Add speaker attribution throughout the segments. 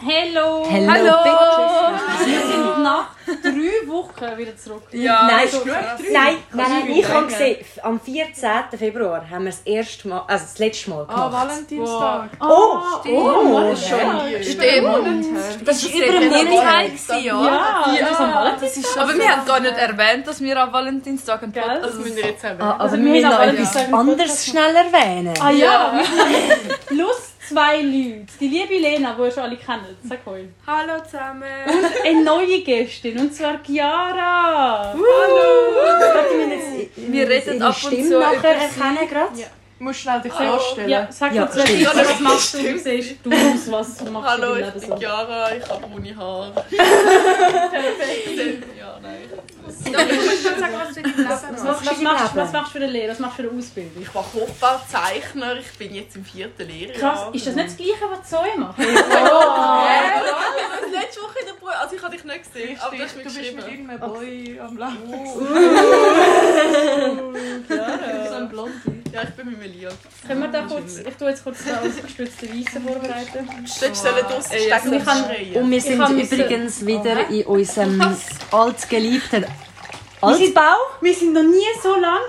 Speaker 1: Hello!
Speaker 2: Hello,
Speaker 3: Hallo.
Speaker 2: Bitches.
Speaker 1: Wir sind nach drei Wochen wieder zurück.
Speaker 4: Ah,
Speaker 3: Ja,
Speaker 2: Nein,
Speaker 4: also
Speaker 3: so krass.
Speaker 2: Nein, nein,
Speaker 3: Kannst
Speaker 2: nein,
Speaker 3: du
Speaker 2: ich
Speaker 3: mir
Speaker 2: habe
Speaker 3: sagen?
Speaker 2: gesehen, am 14. Februar haben wir das erste Mal, also das letzte Mal
Speaker 3: Ah,
Speaker 2: gemacht.
Speaker 3: Valentinstag.
Speaker 2: Oh,
Speaker 3: Oh,
Speaker 2: oh,
Speaker 3: das ist schon
Speaker 2: ja.
Speaker 3: hier.
Speaker 4: Stimmt.
Speaker 2: Das ist über
Speaker 4: Über
Speaker 2: dem
Speaker 4: den
Speaker 2: Montag.
Speaker 4: Montag war, ja.
Speaker 1: Ja, das ist am Valentinstag.
Speaker 4: Aber wir haben gar nicht erwähnt, dass wir am Valentinstag einen
Speaker 1: Gell?
Speaker 4: Podcast
Speaker 3: Das müssen wir jetzt haben.
Speaker 2: Ah, aber
Speaker 1: Also
Speaker 2: wir
Speaker 1: wir
Speaker 2: müssen
Speaker 1: haben
Speaker 2: noch
Speaker 1: alle
Speaker 2: etwas
Speaker 1: gesagt, wir
Speaker 2: anderes
Speaker 1: Podcast
Speaker 2: schnell erwähnen.
Speaker 1: Ah ja! Plus zwei Leute. Die liebe Lena, die ihr schon alle kennt. Sag hoi.
Speaker 4: Hallo zusammen.
Speaker 1: Eine neue Gästin, und zwar Chiara.
Speaker 2: Warte, wir müssen jetzt-
Speaker 4: Wir reden
Speaker 2: ihre
Speaker 4: ab und
Speaker 2: Stimme
Speaker 4: zu
Speaker 2: nachher
Speaker 4: über
Speaker 2: erkennen gerade.
Speaker 1: Ja.
Speaker 3: Du musst schnell dich vorstellen.
Speaker 1: Ja, sag
Speaker 2: Ja,
Speaker 1: uns, wer
Speaker 2: stimmt.
Speaker 1: du bist, was machst du, wie siehst du aus, was du machst
Speaker 4: Hallo,
Speaker 1: in
Speaker 4: ich
Speaker 1: deinem
Speaker 4: bin
Speaker 1: Leben so.
Speaker 4: Chiara, ich habe braune Haare. Perfekt. Ja, nein.
Speaker 2: Was
Speaker 1: Was,
Speaker 2: machst du
Speaker 1: was,
Speaker 2: im
Speaker 1: machst,
Speaker 2: Leben?
Speaker 1: was machst du für eine Lehre, was machst du für eine Ausbildung?
Speaker 4: Ich war Hochbauzeichner, ich bin jetzt im vierten Lehrjahr.
Speaker 1: Krass, ist das nicht das Gleiche, was Zoe macht?
Speaker 4: Äh, du warst letzte Woche in der Brühe, also ich habe dich nicht gesehen, aber du hast mir
Speaker 3: du bist mit
Speaker 4: geschrieben.
Speaker 3: irgendeinem Boy am Laufen.
Speaker 4: Ja,
Speaker 3: ein Blondie.
Speaker 4: Äh, Ja, ich bin mit Melia.
Speaker 1: Können wir da kurz, ich tue jetzt kurz da als gestützte Weise vorbereiten.
Speaker 4: Dort sollen draussen stecken
Speaker 1: ich kann-
Speaker 4: schreien.
Speaker 2: Und wir
Speaker 1: Ich
Speaker 2: sind
Speaker 1: kann müssen-
Speaker 2: übrigens wieder in unserem
Speaker 4: Was?
Speaker 2: altgeliebten Altbau.
Speaker 1: Wir sind noch nie so lange.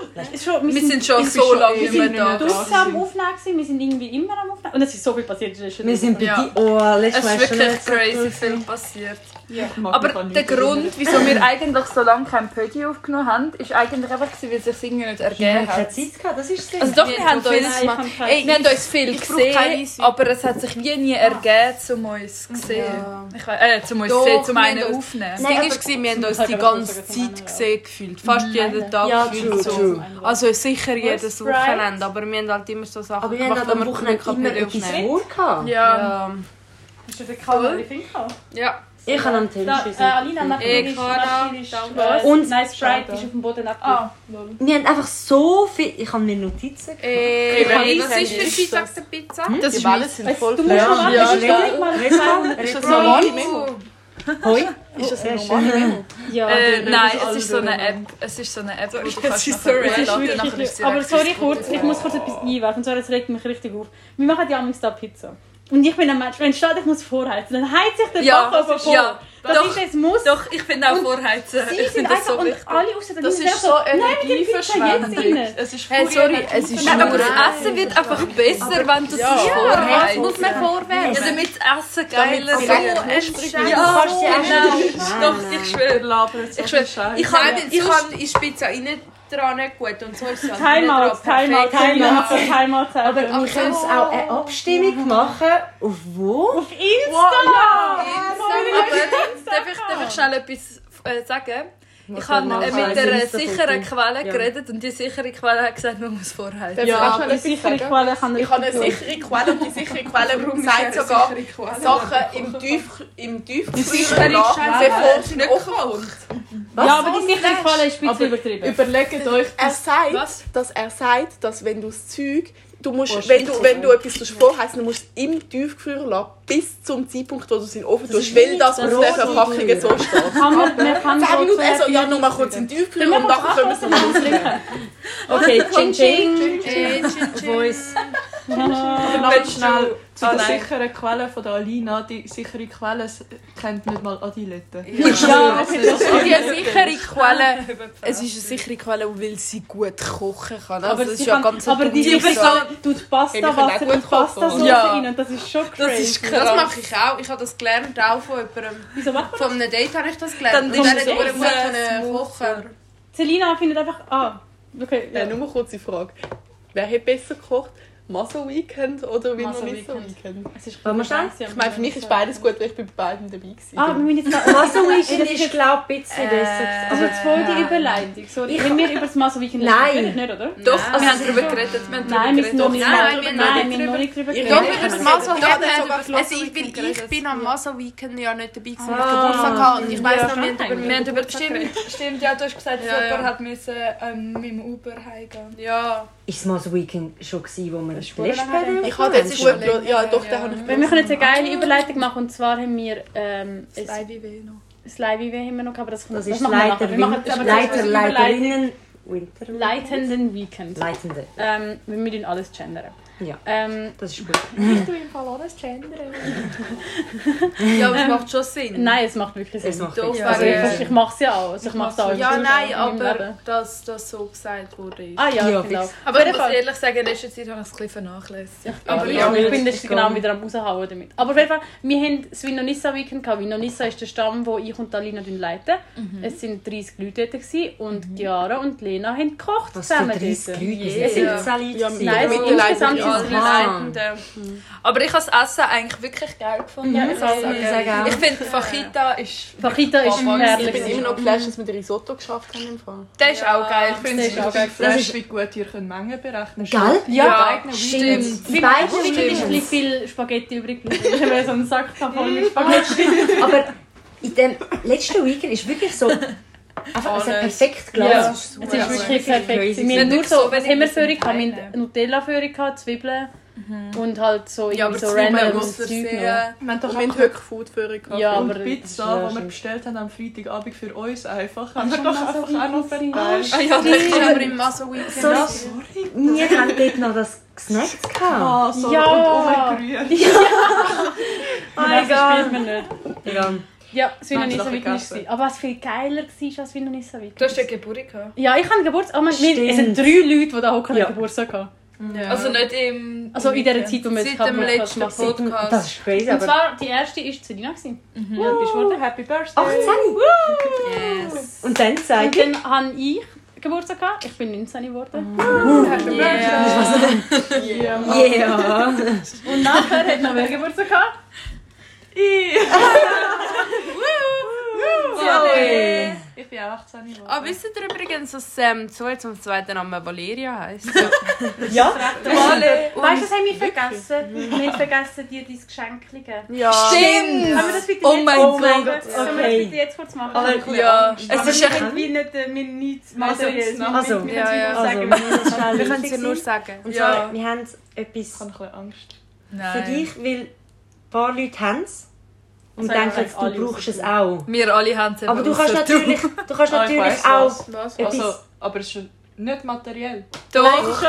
Speaker 1: Schon,
Speaker 4: Wir sind schon eh so lange nicht mehr da.
Speaker 3: da.
Speaker 1: draußen am Aufnehmen, gewesen, wir sind irgendwie immer am Aufnehmen. Und es ist so viel passiert. das ist schon
Speaker 2: Wir sind bei
Speaker 4: Ja.
Speaker 2: dir. Oh,
Speaker 4: Es
Speaker 2: letztes Mal
Speaker 4: ist
Speaker 2: hast du
Speaker 4: wirklich
Speaker 2: schon erzählt.
Speaker 4: crazy viel passiert.
Speaker 3: Ich mag mich
Speaker 4: Aber
Speaker 3: an
Speaker 4: der
Speaker 3: nichts erinnern.
Speaker 4: Grund, wieso wir eigentlich so lange kein Pödi aufgenommen haben, ist eigentlich einfach, gewesen, weil es sich irgendwie nicht
Speaker 2: Wir haben
Speaker 4: ergeben
Speaker 2: keine
Speaker 4: hat.
Speaker 2: Zeit gehabt, das ist es.
Speaker 4: Also doch, wir, haben
Speaker 1: so
Speaker 4: uns,
Speaker 1: viel- Nein, ich hab keine
Speaker 4: Ey, wir haben uns viel
Speaker 3: brauch keine
Speaker 4: gesehen,
Speaker 3: Eisi.
Speaker 4: aber es hat sich wie nie ergeben, zum uns zu sehen.
Speaker 3: Ja.
Speaker 4: Ich weiß, äh, zum uns
Speaker 5: Doch,
Speaker 4: sehen, zum
Speaker 5: wir
Speaker 4: einen
Speaker 5: haben uns-
Speaker 4: aufnehmen.
Speaker 5: Das Ding war, wir haben uns die ganze Zeit gesehen gefühlt. Fast jeden Tag
Speaker 2: Ja,
Speaker 5: gefühlt
Speaker 2: true,
Speaker 5: so.
Speaker 2: true.
Speaker 5: Also sicher jedes
Speaker 1: Sprite.
Speaker 5: Wochenende, aber wir haben halt immer so Sachen
Speaker 2: Aber wir haben halt am Wochenende
Speaker 5: die wir
Speaker 2: immer
Speaker 5: nicht
Speaker 2: etwas
Speaker 5: aufnehmen.
Speaker 2: vor. gehabt.
Speaker 4: Ja.
Speaker 5: Ja.
Speaker 1: Hast du den Cover in den Finger?
Speaker 5: Ja.
Speaker 2: Ich habe am
Speaker 1: Da,
Speaker 2: Telefon
Speaker 1: äh, Alina,
Speaker 5: Ey,
Speaker 1: nachdem ist,
Speaker 5: Cara,
Speaker 1: nachdem ist
Speaker 5: danke.
Speaker 1: was?
Speaker 2: Und-
Speaker 1: Nice Sprite ist auf dem
Speaker 4: Ah.
Speaker 1: Boden abgegangen.
Speaker 2: Wir haben einfach so viel... Ich habe mir Notizen gemacht.
Speaker 5: Ey,
Speaker 4: Ey,
Speaker 5: was ist für Freitagspizza? Hm?
Speaker 4: Das
Speaker 3: Die
Speaker 4: ist
Speaker 3: Wellen
Speaker 4: mein
Speaker 3: sind
Speaker 1: Weißt du,
Speaker 3: voll
Speaker 1: du musst
Speaker 2: Ja.
Speaker 1: schon mal,
Speaker 2: Ja. genau.
Speaker 1: hast du nicht mal gesagt?
Speaker 3: Ist das
Speaker 2: normal?
Speaker 3: normale Memo?
Speaker 2: Hoi.
Speaker 3: Ist das
Speaker 2: Sehr
Speaker 3: eine normale Memo?
Speaker 1: Ja.
Speaker 4: äh,
Speaker 3: das
Speaker 4: nein,
Speaker 3: ist
Speaker 4: es
Speaker 3: alles
Speaker 4: ist so eine
Speaker 3: durcheinander.
Speaker 4: App. Es ist so eine App, Oh, wo du
Speaker 5: Es
Speaker 4: kannst
Speaker 5: ist
Speaker 4: nachher
Speaker 5: so
Speaker 1: Es ist
Speaker 4: runterladen,
Speaker 1: wirklich
Speaker 4: nachher ist
Speaker 1: richtig,
Speaker 4: sie
Speaker 1: aber
Speaker 4: weg.
Speaker 1: sorry kurz, ich muss kurz etwas einwerfen, und zwar das regt mich richtig auf. Wir machen ja manchmal da Pizza. Und ich bin ein Mensch, wenn es steht, ich muss vorheizen, dann heizt sich der
Speaker 4: Ja,
Speaker 1: Backofen vor.
Speaker 4: ja.
Speaker 1: das
Speaker 4: Doch,
Speaker 1: ist ein Muss.
Speaker 4: Doch, ich finde auch Vorheizen.
Speaker 1: Sie
Speaker 4: Ich
Speaker 1: sind
Speaker 4: finde das
Speaker 1: einfach,
Speaker 4: so
Speaker 1: und
Speaker 4: wichtig.
Speaker 1: alle aussen,
Speaker 3: Das ist so
Speaker 1: Energieverschwendung.
Speaker 3: Energieverschwendung. Es ist
Speaker 5: Hey,
Speaker 3: voll
Speaker 5: sorry, es ist
Speaker 4: Nein, aber
Speaker 5: nur-
Speaker 4: das Essen wird einfach besser, wenn du es ja.
Speaker 5: Was
Speaker 4: vorheizt.
Speaker 5: muss man vorwärts?
Speaker 4: Ja, damit das Essen geiler
Speaker 5: Damit
Speaker 4: wird.
Speaker 2: Du
Speaker 4: Ja,
Speaker 2: kannst sie auch
Speaker 4: genau.
Speaker 2: nicht- Nein,
Speaker 4: Doch,
Speaker 2: nein.
Speaker 4: ich schwöre.
Speaker 3: labert so
Speaker 4: Ich schwöre,
Speaker 3: viel Scheiße.
Speaker 4: ich habe
Speaker 5: ich kann die Spitze innen dran nicht gut und so ist es halt innen
Speaker 1: Timeout,
Speaker 5: dran
Speaker 1: Timeout,
Speaker 5: perfekt.
Speaker 1: Timeout, Timeout, Timeout.
Speaker 2: Wir können es auch eine Abstimmung machen. Auf wo?
Speaker 1: Auf Insta!
Speaker 4: Aber darf ich, darf ich schnell etwas äh, sagen? Ich habe äh, mit einer sicheren Quelle geredet und die sichere Quelle hat gesagt, man muss vorhalten.
Speaker 3: Ja,
Speaker 1: Ja, die sichere Quelle kann
Speaker 3: Ich habe eine
Speaker 1: tun.
Speaker 3: sichere Quelle und die sichere Quelle sagt sogar Sachen im Tief im Tiefkühler lassen, bevor sie nicht kocht.
Speaker 1: Ja, aber die sichere Quelle ist ein bisschen
Speaker 3: Aber
Speaker 1: übertrieben.
Speaker 3: Überlegt euch,
Speaker 6: Er sagt,
Speaker 4: Was?
Speaker 6: dass er sagt, dass wenn du das Zeug, du musst, wenn du, wenn du etwas tust, vorheizen, du musst es im Tiefkühler lassen, bis zum Zeitpunkt, wo du es in den Ofen tust, weil das auf der Verpackung so steht.
Speaker 1: Kann man, man kann
Speaker 6: 10 Minuten,
Speaker 1: so
Speaker 6: also ja, nur mal kurz im
Speaker 1: Dann
Speaker 6: Tiefkühler
Speaker 1: machen
Speaker 6: und
Speaker 1: wir
Speaker 6: dann können
Speaker 1: es
Speaker 6: wir es
Speaker 1: ausdrücken.
Speaker 2: Okay, Ching Ching. Voice.
Speaker 3: Genau schnell zu
Speaker 4: Ah,
Speaker 3: der
Speaker 4: nein.
Speaker 3: sicheren Quelle von der Alina. Die sichere Quelle s- kennt nicht mal Adilette.
Speaker 1: Ja, okay, das ist
Speaker 5: Und die sichere Quelle, es ist eine sichere Quelle, weil sie gut kochen kann. Also
Speaker 1: aber
Speaker 5: das ist
Speaker 1: sie
Speaker 5: ja
Speaker 1: kann,
Speaker 5: ganz
Speaker 1: aber die
Speaker 5: dumme
Speaker 1: Person
Speaker 5: Sache.
Speaker 1: tut
Speaker 6: Ey, wir
Speaker 1: Pasta
Speaker 6: können
Speaker 1: Wasser
Speaker 6: auch gut
Speaker 1: und Pasta
Speaker 6: kochen.
Speaker 1: Soße
Speaker 5: Ja.
Speaker 1: rein und das ist schon crazy.
Speaker 4: Das ist
Speaker 5: Das
Speaker 4: krass.
Speaker 5: mache ich auch. Ich habe das gelernt, auch von jemandem.
Speaker 1: Wieso macht man
Speaker 5: Von einem Date habe ich das gelernt.
Speaker 4: Dann
Speaker 5: Und
Speaker 4: ist
Speaker 5: er hat
Speaker 4: so
Speaker 5: nur
Speaker 4: ein
Speaker 5: gut können kochen.
Speaker 1: das? Selina findet einfach, ah, okay.
Speaker 6: Ja,
Speaker 1: Ja.
Speaker 6: nur mal kurze Frage. Wer hat besser gekocht? Muscle Weekend oder Winner
Speaker 1: Muscle
Speaker 6: Miso
Speaker 1: Weekend.
Speaker 6: Weekend?
Speaker 1: Es ist
Speaker 2: Wollen wir schnell?
Speaker 6: Ich meine, für mich ist beides gut, weil ich bin bei beiden dabei
Speaker 1: Ah, wir
Speaker 6: war.
Speaker 1: müssen jetzt noch...
Speaker 2: Muscle Weekend ist, glaube ich, ein bisschen
Speaker 4: Äh,
Speaker 2: besser.
Speaker 1: Also
Speaker 2: Also,
Speaker 1: jetzt voll die Überleitung. Sorry, wenn wir über das Maso Weekend reden,
Speaker 2: Nein.
Speaker 1: natürlich nicht, oder?
Speaker 4: Doch, wir haben darüber geredet. Wir
Speaker 1: Nein,
Speaker 4: haben darüber
Speaker 1: wir sind noch nicht
Speaker 4: geredet.
Speaker 5: Doch, nein,
Speaker 1: drüber- Nein, wir
Speaker 5: wir haben noch nicht
Speaker 1: haben noch nicht drüber
Speaker 5: Doch,
Speaker 1: geredet.
Speaker 5: wir haben das Masel
Speaker 3: Doch, wir haben
Speaker 5: haben.
Speaker 3: sogar
Speaker 5: Also ich,
Speaker 3: Flossenweekend
Speaker 5: weil ich
Speaker 3: geredet.
Speaker 5: bin am Masel Weekend ja nicht dabei gewesen, weil ich
Speaker 2: Ah.
Speaker 5: Geburtstag hatte. Und ich weiss
Speaker 1: Ja,
Speaker 5: noch, wir haben über
Speaker 1: stimmt.
Speaker 4: Wir
Speaker 5: meinen
Speaker 4: haben über
Speaker 5: Geburtstag
Speaker 4: stimmt,
Speaker 5: geredet.
Speaker 4: stimmt, ja, du hast gesagt,
Speaker 5: Ja,
Speaker 4: jemand
Speaker 5: ja.
Speaker 4: hat müssen, ähm, mit dem Uber heimgehen.
Speaker 5: Ja.
Speaker 2: ist das Muscle Weekend schon gewesen, wo wir das letzte
Speaker 5: lange
Speaker 2: Mal
Speaker 6: Ich habe jetzt
Speaker 5: ist
Speaker 6: gut
Speaker 5: schon länger,
Speaker 6: geschaut. Ja, doch,
Speaker 5: ja.
Speaker 6: den habe ich
Speaker 1: Wir können jetzt eine geile Überleitung machen und zwar haben wir ähm, ein
Speaker 5: Zwei BW noch.
Speaker 1: das Live-IW haben wir noch, aber das,
Speaker 2: Das ist
Speaker 1: machen wir
Speaker 2: Leiter,
Speaker 1: nachher. Wir machen
Speaker 2: Winter,
Speaker 1: aber zuerst
Speaker 2: Leiter,
Speaker 1: die Überleitung.
Speaker 2: Leiterinnen. Winter.
Speaker 1: Leitenden Weekend.
Speaker 2: Leitende.
Speaker 1: Ähm, wir müssen alles gendern.
Speaker 2: Ja.
Speaker 1: Ähm,
Speaker 2: Das ist gut.
Speaker 7: Ich tue im Fall auch das Gendern.
Speaker 4: Ja, aber es macht schon Sinn.
Speaker 1: nein, es macht wirklich
Speaker 2: Es
Speaker 1: Sinn.
Speaker 2: macht wirklich
Speaker 4: Ja.
Speaker 1: Also,
Speaker 2: Sinn.
Speaker 1: ich, ich mache es ja auch. Also, ich mache es auch. im
Speaker 4: Ja,
Speaker 1: Schul-
Speaker 4: nein,
Speaker 1: in meinem
Speaker 4: aber
Speaker 1: Leben.
Speaker 4: dass das so gesagt wurde.
Speaker 1: Ah ja,
Speaker 2: Ja,
Speaker 1: genau.
Speaker 2: fix.
Speaker 4: Aber ich
Speaker 1: jeden
Speaker 4: muss
Speaker 1: Fall-
Speaker 4: ehrlich sagen, in letzter Zeit habe ich es ein bisschen vernachlässigt.
Speaker 1: Aber
Speaker 4: ja,
Speaker 1: ja, ich bin das
Speaker 2: ist
Speaker 1: genau
Speaker 2: gegangen.
Speaker 1: wieder am raushauen damit. Aber auf jeden Fall, wir haben das Vinonissa Weekend gehabt. Vinonissa ist der Stamm, wo ich und die Alina leiten. Es sind 30 Leute dort gewesen und Chiara und Lena haben gekocht
Speaker 2: Mhm. Was für
Speaker 1: zusammen
Speaker 2: 30 Leute?
Speaker 4: Yeah.
Speaker 2: Es sind 10 Leute.
Speaker 8: Ja,
Speaker 2: gewesen.
Speaker 1: Nein,
Speaker 8: Mit
Speaker 1: es
Speaker 8: der
Speaker 1: insgesamt
Speaker 8: Leitung,
Speaker 1: sind
Speaker 4: Alle
Speaker 1: es
Speaker 4: Leitenden. Hm. Aber ich habe das Essen eigentlich wirklich geil gefunden.
Speaker 1: Ja,
Speaker 4: muss
Speaker 1: ich auch.
Speaker 4: sagen.
Speaker 2: Ich sage auch.
Speaker 4: ich finde, Fajita ist,
Speaker 1: Fajita ist
Speaker 4: Oh, Mann,
Speaker 8: Ich
Speaker 1: herrlich.
Speaker 8: bin immer noch geflasht, dass wir den Risotto geschafft haben. Im Fall.
Speaker 4: der ist auch geil. Ich
Speaker 1: der
Speaker 4: finde
Speaker 1: ist
Speaker 4: es
Speaker 1: auch
Speaker 6: Ich
Speaker 1: geil.
Speaker 6: fresh,
Speaker 2: ist-
Speaker 6: wie gut ihr könnt Mengen berechnen
Speaker 2: Gell?
Speaker 4: Ja, stimmt.
Speaker 2: Stimmt. Die
Speaker 1: Beide
Speaker 2: beiden
Speaker 1: Weekend ist ein bisschen
Speaker 2: Regions.
Speaker 1: viel Spaghetti übrig geblieben. Ich habe so einen Sack voll mit Spaghetti.
Speaker 2: Aber in dem letzten Weekend ist wirklich so. Einfach, es hat perfekt
Speaker 1: Ja,
Speaker 2: gelassen.
Speaker 1: es ist wirklich perfekt.
Speaker 2: crazy.
Speaker 1: Wir haben
Speaker 4: Wenn
Speaker 1: nur
Speaker 4: du
Speaker 1: so,
Speaker 4: so
Speaker 1: was
Speaker 4: wenig
Speaker 1: haben wir
Speaker 4: musst
Speaker 1: Föhre gehabt? Wir
Speaker 4: reintun.
Speaker 1: haben Nutella-Föhre gehabt, Zwiebeln und halt so,
Speaker 4: Mhm. Ja, aber
Speaker 1: irgendwie so
Speaker 4: Zwiebeln
Speaker 1: random
Speaker 4: muss
Speaker 1: Zeug noch.
Speaker 6: Wir haben
Speaker 8: Und
Speaker 6: doch
Speaker 8: wir haben
Speaker 6: auch
Speaker 8: Höckfood für euch
Speaker 1: Ja,
Speaker 6: und
Speaker 1: aber-
Speaker 6: Pizza,
Speaker 1: Ja,
Speaker 6: die wir
Speaker 1: stimmt.
Speaker 6: bestellt haben am Freitagabend für uns einfach, haben wir
Speaker 1: schon
Speaker 6: doch
Speaker 1: mal so
Speaker 6: einfach auch noch
Speaker 1: weit
Speaker 6: verteilt.
Speaker 4: Ah ja, das ist aber im Maso Weekend.
Speaker 2: Sorry. Wir haben dort noch das Snacks gehabt.
Speaker 6: Ah, so
Speaker 1: Ja.
Speaker 6: und umgerührt.
Speaker 1: Oh mein Gott. spielt man nicht.
Speaker 2: Egal.
Speaker 1: Ja, das Vinonissa
Speaker 6: Nein,
Speaker 1: Weekend war
Speaker 6: das
Speaker 1: es. Aber was viel geiler war als Vinonissa Weekend.
Speaker 4: Du hast ja Geburt gehabt.
Speaker 1: ja, ich habe Geburtstag. Oh mein, wir, es sind
Speaker 2: Stimmt.
Speaker 1: drei Leute, die da hocken
Speaker 2: Ja.
Speaker 1: ja. Geburtstag haben.
Speaker 4: Also nicht im.
Speaker 1: Also in dieser
Speaker 4: Weekend.
Speaker 1: Zeit, wo wir jetzt
Speaker 4: Seit
Speaker 1: gerade
Speaker 4: dem
Speaker 1: noch
Speaker 4: letzten
Speaker 1: Podcast
Speaker 2: Und
Speaker 4: Podcast.
Speaker 2: Das ist crazy,
Speaker 1: Und
Speaker 2: aber
Speaker 1: zwar, die erste war Selina. gewesen. Mhm. Ja, bist du geworden.
Speaker 6: Happy Birthday!
Speaker 2: 18.
Speaker 4: Yes.
Speaker 2: Und dann
Speaker 1: Und
Speaker 2: zeigt er,
Speaker 1: dann habe ich Geburtstag gehabt. Ich bin 19 geworden.
Speaker 4: Yeah.
Speaker 2: yeah.
Speaker 1: Und nachher hat noch wer Geburtstag gehabt.
Speaker 2: Zoe.
Speaker 6: Ich bin auch 18 geworden.
Speaker 5: Oh,
Speaker 9: Ah, wisst ihr übrigens, dass ähm, so jetzt am zweiten Namen Valeria heisst?
Speaker 4: Alle.
Speaker 1: Weißt du, das haben wir vergessen? Wir haben vergessen, dir dein Geschenk zu geben.
Speaker 9: ja.
Speaker 4: Stimmt!
Speaker 1: Können wir das bitte
Speaker 4: Oh
Speaker 1: jetzt
Speaker 4: mein
Speaker 1: kurz machen?
Speaker 4: Gott, Ah,
Speaker 1: Können wir das bitte jetzt kurz machen?
Speaker 4: Ja, es
Speaker 1: Aber
Speaker 4: ist
Speaker 1: wir
Speaker 4: echt.
Speaker 1: können wie nicht, äh, wir nichts
Speaker 6: Also,
Speaker 1: Materielles machen.
Speaker 2: Also,
Speaker 1: Wir
Speaker 4: Ja,
Speaker 1: können
Speaker 4: ja.
Speaker 1: es nur sagen.
Speaker 2: also, das war
Speaker 9: Wir können es
Speaker 2: wichtig
Speaker 9: dir nur
Speaker 2: gewesen.
Speaker 9: sagen.
Speaker 2: Und
Speaker 4: Ja.
Speaker 2: zwar, wir haben etwas
Speaker 6: Ich habe ein bisschen Angst.
Speaker 2: für
Speaker 4: Nein.
Speaker 2: dich, weil ein paar Leute haben es und
Speaker 1: Sagen wir
Speaker 2: denken,
Speaker 1: jetzt alle
Speaker 2: du brauchst es
Speaker 1: raus.
Speaker 2: auch.
Speaker 4: Wir alle haben es
Speaker 2: Aber du
Speaker 4: eben
Speaker 2: kannst
Speaker 4: raus.
Speaker 2: natürlich, du kannst
Speaker 6: Ah, ich
Speaker 2: natürlich
Speaker 6: weiss
Speaker 2: auch
Speaker 6: was.
Speaker 9: Was?
Speaker 2: Etwas-
Speaker 6: Also, aber es ist nicht materiell.
Speaker 4: Doch,
Speaker 1: Nein,
Speaker 4: aber
Speaker 1: wir haben-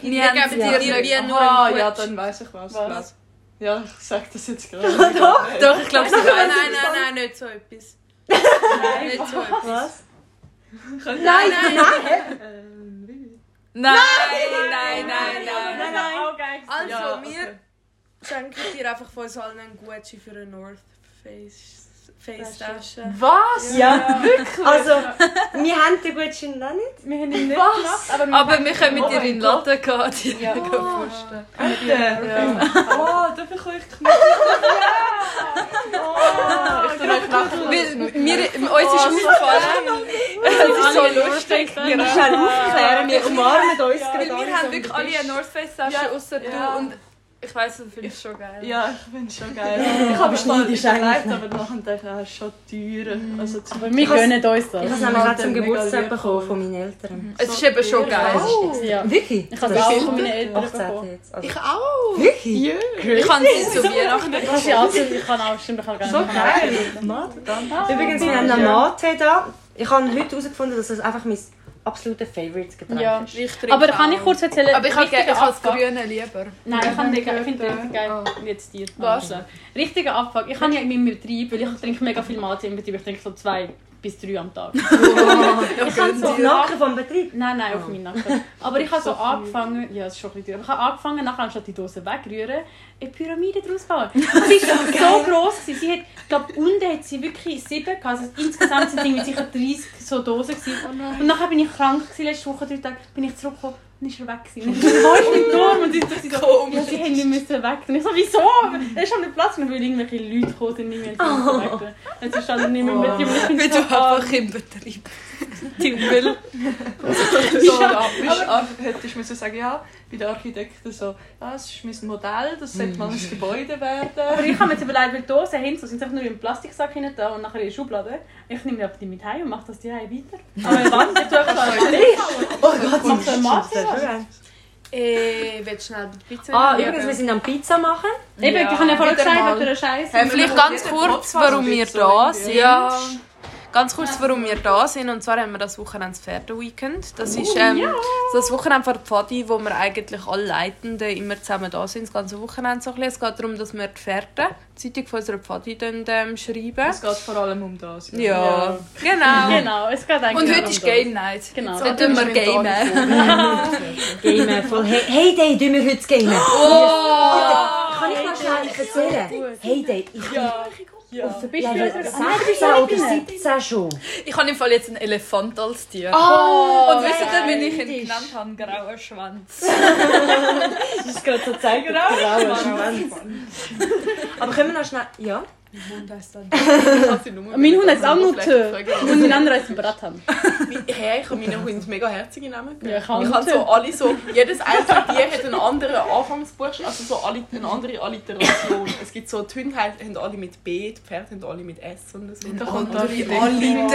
Speaker 4: wir haben es
Speaker 9: geben
Speaker 4: dir
Speaker 9: dir
Speaker 4: nicht.
Speaker 9: wie nur
Speaker 6: Ah,
Speaker 9: einen
Speaker 6: ja,
Speaker 9: Gutschein.
Speaker 6: dann weiss ich was.
Speaker 1: Was?
Speaker 6: Ja, ich sag das jetzt gerade.
Speaker 4: Doch, ich glaube, es ist
Speaker 9: Nein,
Speaker 4: einer.
Speaker 9: nein, nein, nein, nicht so etwas. Nicht so etwas.
Speaker 2: was.
Speaker 9: Nein, nein, nein.
Speaker 4: Nein, nein, nein, nein.
Speaker 1: Nein, nein, Oh, auch geil.
Speaker 9: Also,
Speaker 6: Ja,
Speaker 9: wir schenken dir einfach von uns allen einen Gutschein für eine North Face. Face Tasche.
Speaker 6: Was?
Speaker 2: Ja, also wir haben den Gutschein noch nicht.
Speaker 1: Wir haben ihn nicht gemacht, aber wir
Speaker 4: Aber wir können mit dir in den Laden gehen. Die-
Speaker 1: Ja. Ah,
Speaker 6: Oh, darf ich euch knüpfen?
Speaker 1: Oh,
Speaker 6: Ja! Ich tue euch nachher
Speaker 4: Weil wir, uns ist aufgefallen,
Speaker 1: das ist so lustig.
Speaker 2: Wir müssen auch aufklären, wir umarmen uns
Speaker 4: weil
Speaker 2: gerade
Speaker 4: wir
Speaker 2: alle so
Speaker 4: haben wirklich alle eine North Face Tasche, außer du. Und ich weiss, du findest es schon geil.
Speaker 6: Ja, ich finde es schon geil. Ich habe
Speaker 2: bin neidisch
Speaker 6: überlegt,
Speaker 2: eigentlich.
Speaker 6: aber nachher dachte ich, ah, ist schon
Speaker 1: Mm.
Speaker 6: teuer. Also zum
Speaker 1: Aber wir gönnen uns
Speaker 2: Ich habe
Speaker 1: das.
Speaker 2: es nämlich gerade zum
Speaker 6: Mega
Speaker 2: Geburtstag
Speaker 6: lieb.
Speaker 2: bekommen von meinen Eltern.
Speaker 4: Es ist eben schon geil.
Speaker 1: Ja.
Speaker 2: Wirklich?
Speaker 1: Oh. Ich habe es
Speaker 2: Das
Speaker 1: auch
Speaker 2: ist
Speaker 1: von meinen Eltern
Speaker 2: 18.
Speaker 1: bekommen.
Speaker 2: jetzt. Also,
Speaker 8: Ich auch!
Speaker 2: wirklich?
Speaker 4: Ich kann sie zu Weihnachten
Speaker 1: Das ist ja also, ich kann auch stimmt, ich kann gerne.
Speaker 6: So
Speaker 1: ich kann auch-
Speaker 6: geil!
Speaker 2: Übrigens, wir haben einen Mate da. Ich habe heute herausgefunden, dass das einfach mein absolutes Favorite-Getränk
Speaker 1: Ja.
Speaker 2: ist.
Speaker 1: Aber kann ich kurz erzählen?
Speaker 4: Aber ich habe
Speaker 1: richtiger
Speaker 4: ich habe das
Speaker 1: Abfuck.
Speaker 4: Grüne lieber.
Speaker 1: Nein, ich, kann den, ich finde den richtig geil. Jetzt dir.
Speaker 4: Was?
Speaker 1: Also, Richtiger Abfuck. Ich habe ja in meinem Betrieb, weil ich trinke mega viel Mate im Betrieb, ich trinke so zwei bis drei am Tag. ich habe so
Speaker 2: Auf Nacken vom Betrieb.
Speaker 1: Nein, nein, auf meinen Nacken. Aber ich habe so angefangen, ja, es ist schon ein bisschen teuer, aber ich habe angefangen, nachher anstatt die Dose wegrühren, eine Pyramide daraus bauen. Sie war so gross. gewesen. Sie hat, ich glaube, unten hat sie wirklich sieben gehabt. Also insgesamt sind es irgendwie sicher 30 so Dosen gewesen. Und nachher bin ich krank gewesen, letzte Woche, drei Tage, bin ich zurückgekommen und ist er weg gewesen. Und ich so, wo ist mein Turm? Und sie so, sie so, ja, sie haben nicht müssen weg. Und ich so, wieso? Er ist schon nicht Platz. Und dann weil irgendwelche Leute gekommen sind, die nicht mehr weg. Und sie standen nicht mehr mit ihm. Und ich bin
Speaker 4: Weil du
Speaker 1: so, ah,
Speaker 4: einfach im Betrieb dein Müll.
Speaker 6: So, ab, bist ab, hättest du müssen sagen, ja, bei den Architekten so, ah, es ist mein Modell, das sollte mal ein Gebäude werden.
Speaker 1: Aber ich habe mir jetzt überlegt, weil die Dosen haben, so sind sie einfach nur im Plastiksack hinten da und nachher in der Schublade. Ich nehme die einfach die mit heim und mache das die heim weiter. Aber ich warte, ich tue einfach so
Speaker 2: Oh Gott,
Speaker 1: Mach so eine Masse.
Speaker 9: Äh, willst du schnell die Pizza?
Speaker 2: Ah,
Speaker 9: nehmen?
Speaker 2: übrigens, wir sind am Pizza machen.
Speaker 1: Eben, ich habe ja vorhin
Speaker 5: Äh,
Speaker 9: wieder
Speaker 1: gesagt,
Speaker 9: mal.
Speaker 1: wegen der Scheiße.
Speaker 9: Vielleicht ganz kurz, warum wir da sind.
Speaker 4: Ja.
Speaker 5: Ganz kurz, warum wir da sind. Und zwar haben wir das Wochenende das Pferdeweekend.
Speaker 4: Oh,
Speaker 5: Das ist ähm, so das Wochenende von der Pfadi, wo wir eigentlich alle Leitenden immer zusammen da sind. Das ganze Wochenende so ein bisschen. Es geht darum, dass wir die Pferde, die Zeitung von unserer Pfadi, dann, ähm, schreiben.
Speaker 6: Es geht vor allem um das.
Speaker 5: Ja, genau.
Speaker 1: Genau, es geht eigentlich
Speaker 4: Und heute
Speaker 1: um
Speaker 4: ist
Speaker 1: das.
Speaker 4: Game Night.
Speaker 1: Genau.
Speaker 4: Dann tun wir gamen.
Speaker 2: Gamen voll. Hey, hey Day, tun wir heute gamen.
Speaker 4: Oh!
Speaker 2: Kann ich mal schnell erzählen? Hey Day, ich ja.
Speaker 1: Ja. Bist du
Speaker 2: bin
Speaker 1: unser
Speaker 2: 16 oder 17 schon.
Speaker 4: Ich habe im Fall jetzt einen Elefant als Tier. Und wisst ihr, wenn ich ihn genannt habe? Grauer Schwanz.
Speaker 2: Das ist gerade so zeigt, graue Schwanz. Aber können wir noch schnell... Ja?
Speaker 1: Mein Hund heißt auch Nutte. Und mein anderer heißt Bratan.
Speaker 8: Hey, ich habe meinen Hund mega herzige Namen gegeben.
Speaker 1: Ja, ich habe
Speaker 8: Ich habe so alle so, jedes einzelne Tier hat einen anderen Anfangsbuchstaben, also so alle, eine andere Alliteration. Es gibt so, die Hunde he- haben alle mit B, die Pferde haben alle mit S und so.
Speaker 6: Da kommt da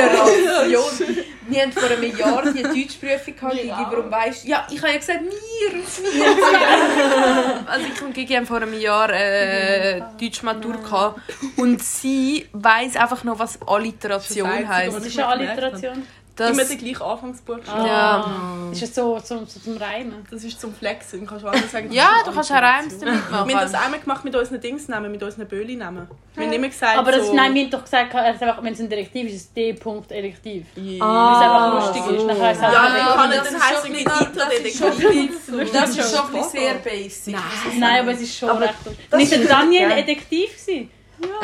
Speaker 8: Alliteration!
Speaker 5: Wir haben vor einem Jahr die Deutschprüfung gehabt, Gigi, warum weißt du? Ja, ich habe ja gesagt, wir, wir. also ich und Gigi haben vor einem Jahr äh, Deutschmatur gehabt und sie weiß einfach noch, was Alliteration
Speaker 1: Das
Speaker 5: heißt.
Speaker 1: ist eine Alliteration.
Speaker 5: Das,
Speaker 8: Immer der gleiche Anfangsbuchstabe.
Speaker 5: ja.
Speaker 1: Ah. Ist es so, so, so zum Reimen?
Speaker 8: Das ist zum Flexen, kannst du auch sagen.
Speaker 5: ja, du kannst auch Reims damit
Speaker 8: Wir haben das
Speaker 5: machen.
Speaker 8: einmal gemacht mit unseren Dingsnamen, mit unseren Böhli-Namen. Wir haben immer gesagt
Speaker 1: Aber das,
Speaker 6: Also-
Speaker 8: so...
Speaker 1: nein, wir haben doch gesagt, er ist einfach, wenn es ein Direktiv ist, ist es D-Elektiv.
Speaker 8: Yeah.
Speaker 6: Ah,
Speaker 1: Weil es einfach lustig ist. Nachher ist es
Speaker 8: Ja,
Speaker 1: einfach-
Speaker 8: wir
Speaker 5: aber
Speaker 8: können
Speaker 5: das
Speaker 8: dann
Speaker 5: ist
Speaker 8: heißen
Speaker 5: schon
Speaker 8: mit
Speaker 5: klar,
Speaker 8: Dieter
Speaker 5: das ist
Speaker 8: Detektiv.
Speaker 5: Das ist schon ein bisschen sehr basic.
Speaker 1: Nein, aber es ist schon
Speaker 2: Aber
Speaker 1: recht. Nicht der Daniel
Speaker 2: Ja.
Speaker 1: Detektiv war.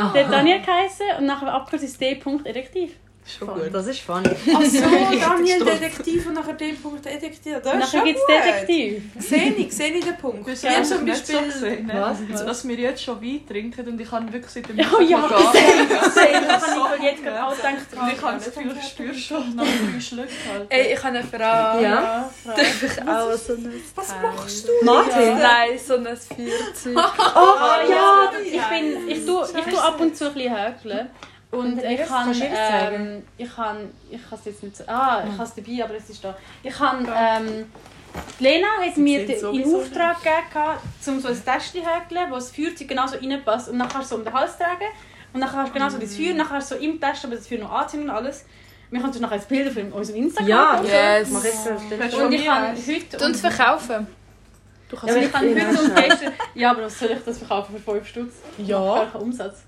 Speaker 2: Oh,
Speaker 1: Der hat Daniel geheißen und nachher abgekürzt ist D-Detektiv.
Speaker 8: Schon gut.
Speaker 2: Das ist funny.
Speaker 5: Ach so, Daniel Detektiv und nachher den Punkt Detektiv. Das ist
Speaker 1: Nachher
Speaker 5: schon
Speaker 1: gibt es Detektiv.
Speaker 5: Sehe ich, sehe ich den Punkt.
Speaker 6: Das
Speaker 5: Wir haben zum
Speaker 6: nicht so
Speaker 5: Beispiel...
Speaker 6: gesehen,
Speaker 2: Was?
Speaker 6: ne? dass wir jetzt schon Wein trinken und ich habe wirklich seit dem
Speaker 1: Oh ja,
Speaker 6: Mittag
Speaker 1: das
Speaker 6: angefangen.
Speaker 1: ist ich jetzt gerade auch gedacht.
Speaker 6: Und ich habe das Gefühl, ich spüre schon nach drei Schlücken halt.
Speaker 4: Ey, ich habe eine Frage.
Speaker 2: Ja?
Speaker 4: Darf ich auch so ein Was machst du?
Speaker 2: Martin?
Speaker 4: Nein, so ein Vierzeug.
Speaker 1: Ah, ja, ich bin, ich tue, ich tue ab und zu ein bisschen häkeln. Und ich kann,
Speaker 2: Kannst du das
Speaker 1: ähm, ich kann, ich kann es jetzt nicht, so- ah, ich kann es dabei, aber es ist da. Ich kann, ähm, die Lena hat mir
Speaker 8: sieht
Speaker 1: den in
Speaker 8: sowieso
Speaker 1: Auftrag gegeben, um so ein Täschchen zu häkeln, wo das Feuer genauso reinpasst und dann kannst du es so um den Hals tragen und dann kannst du genauso das Feuer, dann kannst du so im Täschchen, aber das Feuer noch anziehen und alles. Wir können nachher ein Bild von unserem Instagram
Speaker 2: Ja,
Speaker 1: machen.
Speaker 4: Yes.
Speaker 2: Mach jetzt auf den
Speaker 1: Und ich kann heute
Speaker 4: Und verkaufen.
Speaker 1: also ich kann heute und gestern. Ja, aber was soll ich das verkaufen für 5 Stutz?
Speaker 8: Ja.
Speaker 1: Gar keinen Umsatz.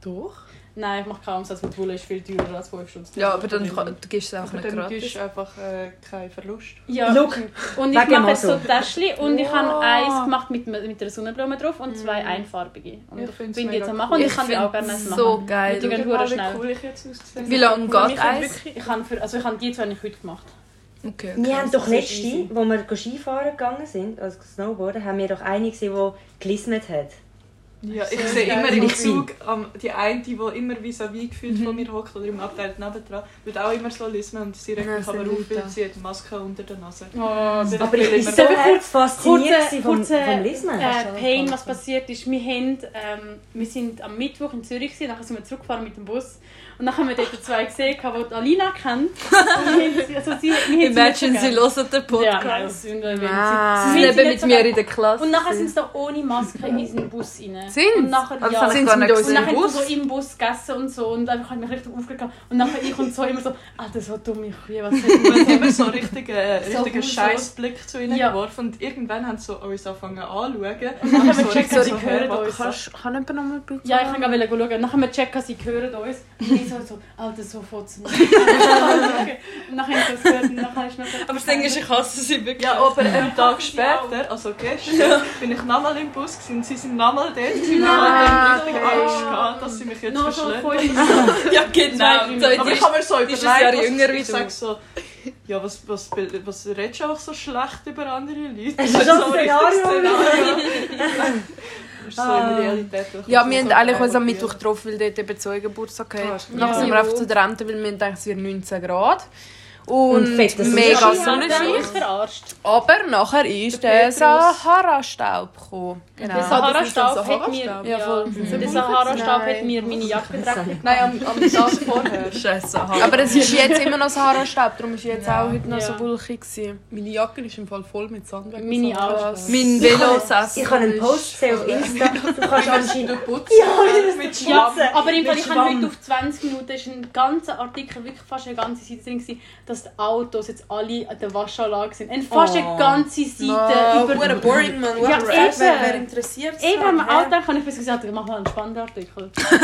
Speaker 8: Doch.
Speaker 1: Nein, ich mache keinen Umsatz mit Bulle, ist viel teurer als 5 Stutz.
Speaker 4: Ja, aber dann kann- du gibst es auch
Speaker 6: Aber
Speaker 4: nicht
Speaker 6: dann
Speaker 4: gratis.
Speaker 6: ist einfach äh, kein Verlust.
Speaker 1: Ja.
Speaker 2: Look,
Speaker 1: und ich
Speaker 2: wegen
Speaker 1: mache jetzt so
Speaker 2: Motto.
Speaker 1: Täschchen und ich habe eins gemacht mit, mit einer Sonnenblume drauf und zwei einfarbige. Und
Speaker 6: Mhm. Ich
Speaker 1: ich,
Speaker 6: find's
Speaker 1: bin die jetzt am
Speaker 6: mega
Speaker 1: machen und ich, kann die
Speaker 4: find's
Speaker 1: auch gerne eins machen.
Speaker 4: so geil.
Speaker 1: Die gehen
Speaker 6: Schau mal,
Speaker 1: hure schnell.
Speaker 6: Wie cool ich jetzt ausgesehen
Speaker 4: Wie lange geht eins?
Speaker 1: Ich habe, für, also ich habe die zwei habe ich heute gemacht.
Speaker 4: Okay.
Speaker 2: Wir haben doch letzte, wo wir Skifahren gegangen sind, also Snowboarden, haben wir doch eine gesehen, die gelismet hat.
Speaker 6: Ja, ich sehe immer im
Speaker 2: Ich bin-
Speaker 6: Zug am, die eine, die immer wie so wie gefühlt
Speaker 1: Mhm.
Speaker 6: von mir hockt oder im Abteil nebendran, wird auch immer so lesen und sie regt mich aber auf, weil sie hat die Maske unter der Nase.
Speaker 2: Aber ich bin
Speaker 6: Darf
Speaker 2: so
Speaker 1: Oh, ich kurz-
Speaker 2: fasziniert
Speaker 1: kurze-
Speaker 2: kurze, vom,
Speaker 1: kurze,
Speaker 2: vom Lismen.
Speaker 1: Äh, Pain, was passiert ist, wir, haben, ähm, wir sind am Mittwoch in Zürich, gewesen, nachher sind wir zurückgefahren mit dem Bus und dann haben wir dort zwei gesehen, die die Alina kennt. Und wir haben sie- also sie, wir haben
Speaker 4: Imagine,
Speaker 1: nicht
Speaker 4: sie
Speaker 1: so
Speaker 4: hören den
Speaker 1: gern. Ja,
Speaker 4: Podcast.
Speaker 1: nein, das sind wir nicht.
Speaker 4: Sie
Speaker 5: Ah,
Speaker 1: Sie
Speaker 4: sind
Speaker 1: sind
Speaker 4: eben
Speaker 1: nicht
Speaker 4: mit
Speaker 1: so
Speaker 4: mir
Speaker 1: geil.
Speaker 4: in der Klasse.
Speaker 1: Und nachher sind sie da ohne Maske in diesen Bus rein.
Speaker 5: Sind's?
Speaker 1: Und nachher,
Speaker 5: Also
Speaker 1: ja.
Speaker 5: sind sie mit uns
Speaker 1: und
Speaker 5: im
Speaker 1: nachher haben
Speaker 5: Bus?
Speaker 1: sie so im Bus gegessen und so und einfach hat mich richtig aufgegangen. Und nachher ich und so immer so, Alter, so dumme Kühe, was soll
Speaker 6: Man hat immer so einen richtigen,
Speaker 1: So
Speaker 6: richtigen
Speaker 1: gut, so.
Speaker 6: Scheißblick zu ihnen
Speaker 1: Ja.
Speaker 6: geworfen und irgendwann haben sie so uns angefangen anzuschauen.
Speaker 1: Und nachher haben wir gecheckt,
Speaker 6: Also, so
Speaker 1: sie
Speaker 6: richtig
Speaker 1: hören
Speaker 6: so,
Speaker 1: uns.
Speaker 5: Kann jemand noch mal bitte?
Speaker 1: Ja, ich kann gerade schauen. Nachher haben wir checken, sie hören uns. Und ich so, so Alter, so fährt es Und nachher haben sie es gehört und nachher ist noch so...
Speaker 4: Aber das Ding ist, ich hasse sie wirklich.
Speaker 6: Ja, oh, aber einen Tag später, also gestern, bin ich nochmal im Bus gewesen und sie sind nochmal dort. Sie haben richtig Angst gehabt, dass sie mich jetzt
Speaker 1: Noch so
Speaker 6: verschleppen.
Speaker 1: voll in
Speaker 4: ja genau.
Speaker 1: Zwei, drei
Speaker 4: So,
Speaker 6: Aber
Speaker 4: die
Speaker 6: ich habe mir so
Speaker 4: ist
Speaker 6: überlegt,
Speaker 4: ein Jahr
Speaker 6: was-
Speaker 4: jünger wie
Speaker 6: ich
Speaker 4: du.
Speaker 6: sag so, ja, was, was, was, redest du einfach so schlecht über andere Leute? Das
Speaker 2: ist schon ein Szenario.
Speaker 6: so in Realität.
Speaker 5: Ja, wir haben eigentlich uns am Mittwoch getroffen, weil dort eben Zeugengeburtstag
Speaker 2: Ah,
Speaker 5: hatte.
Speaker 2: stimmt.
Speaker 5: Nachher sind wir
Speaker 4: Ja.
Speaker 5: einfach zu der Rente, weil wir dachten, es wird 19 Grad. und,
Speaker 2: Und fett, das ist
Speaker 5: mega
Speaker 2: schon-
Speaker 5: Sonnenschein.
Speaker 1: verarscht.
Speaker 5: Aber nachher ist der Sahara-Staub gekommen.
Speaker 1: Der
Speaker 5: Genau.
Speaker 1: Sahara-Staub hat mir... Ja, Der Sahara-Staub hat mir meine Jacke getragen.
Speaker 6: Nein, am, am Tag vorher.
Speaker 4: Scheiße, Sahara.
Speaker 5: Aber es ist jetzt immer noch Sahara-Staub, darum ist jetzt auch heute noch
Speaker 1: Ja.
Speaker 5: so wulchig. gewesen.
Speaker 8: Meine Jacke ist im Fall voll mit Sand.
Speaker 1: Meine auch.
Speaker 4: Mein
Speaker 2: Ich habe-
Speaker 4: Velosessel.
Speaker 2: Ich habe einen Post gesehen auf Insta. Du kannst anscheinend...
Speaker 8: Putz.
Speaker 2: mit
Speaker 1: Ja, aber im Fall,
Speaker 2: Mit
Speaker 1: ich habe
Speaker 2: Schwamm.
Speaker 1: heute auf 20 Minuten ist ein ganzer Artikel, wirklich fast eine ganze Seite drin, gewesen, dass die Autos jetzt alle an der Waschanlage sind. Und fast eine
Speaker 2: Oh.
Speaker 1: ganze Seite
Speaker 8: Oh,
Speaker 1: über...
Speaker 8: hure boring, man.
Speaker 1: Ja,
Speaker 8: Ja,
Speaker 1: eben.
Speaker 8: wer, wer interessiert es?
Speaker 1: Eben, am Auto habe ich mir so gesagt, mach mal einen spannenden Artikel.
Speaker 6: Kein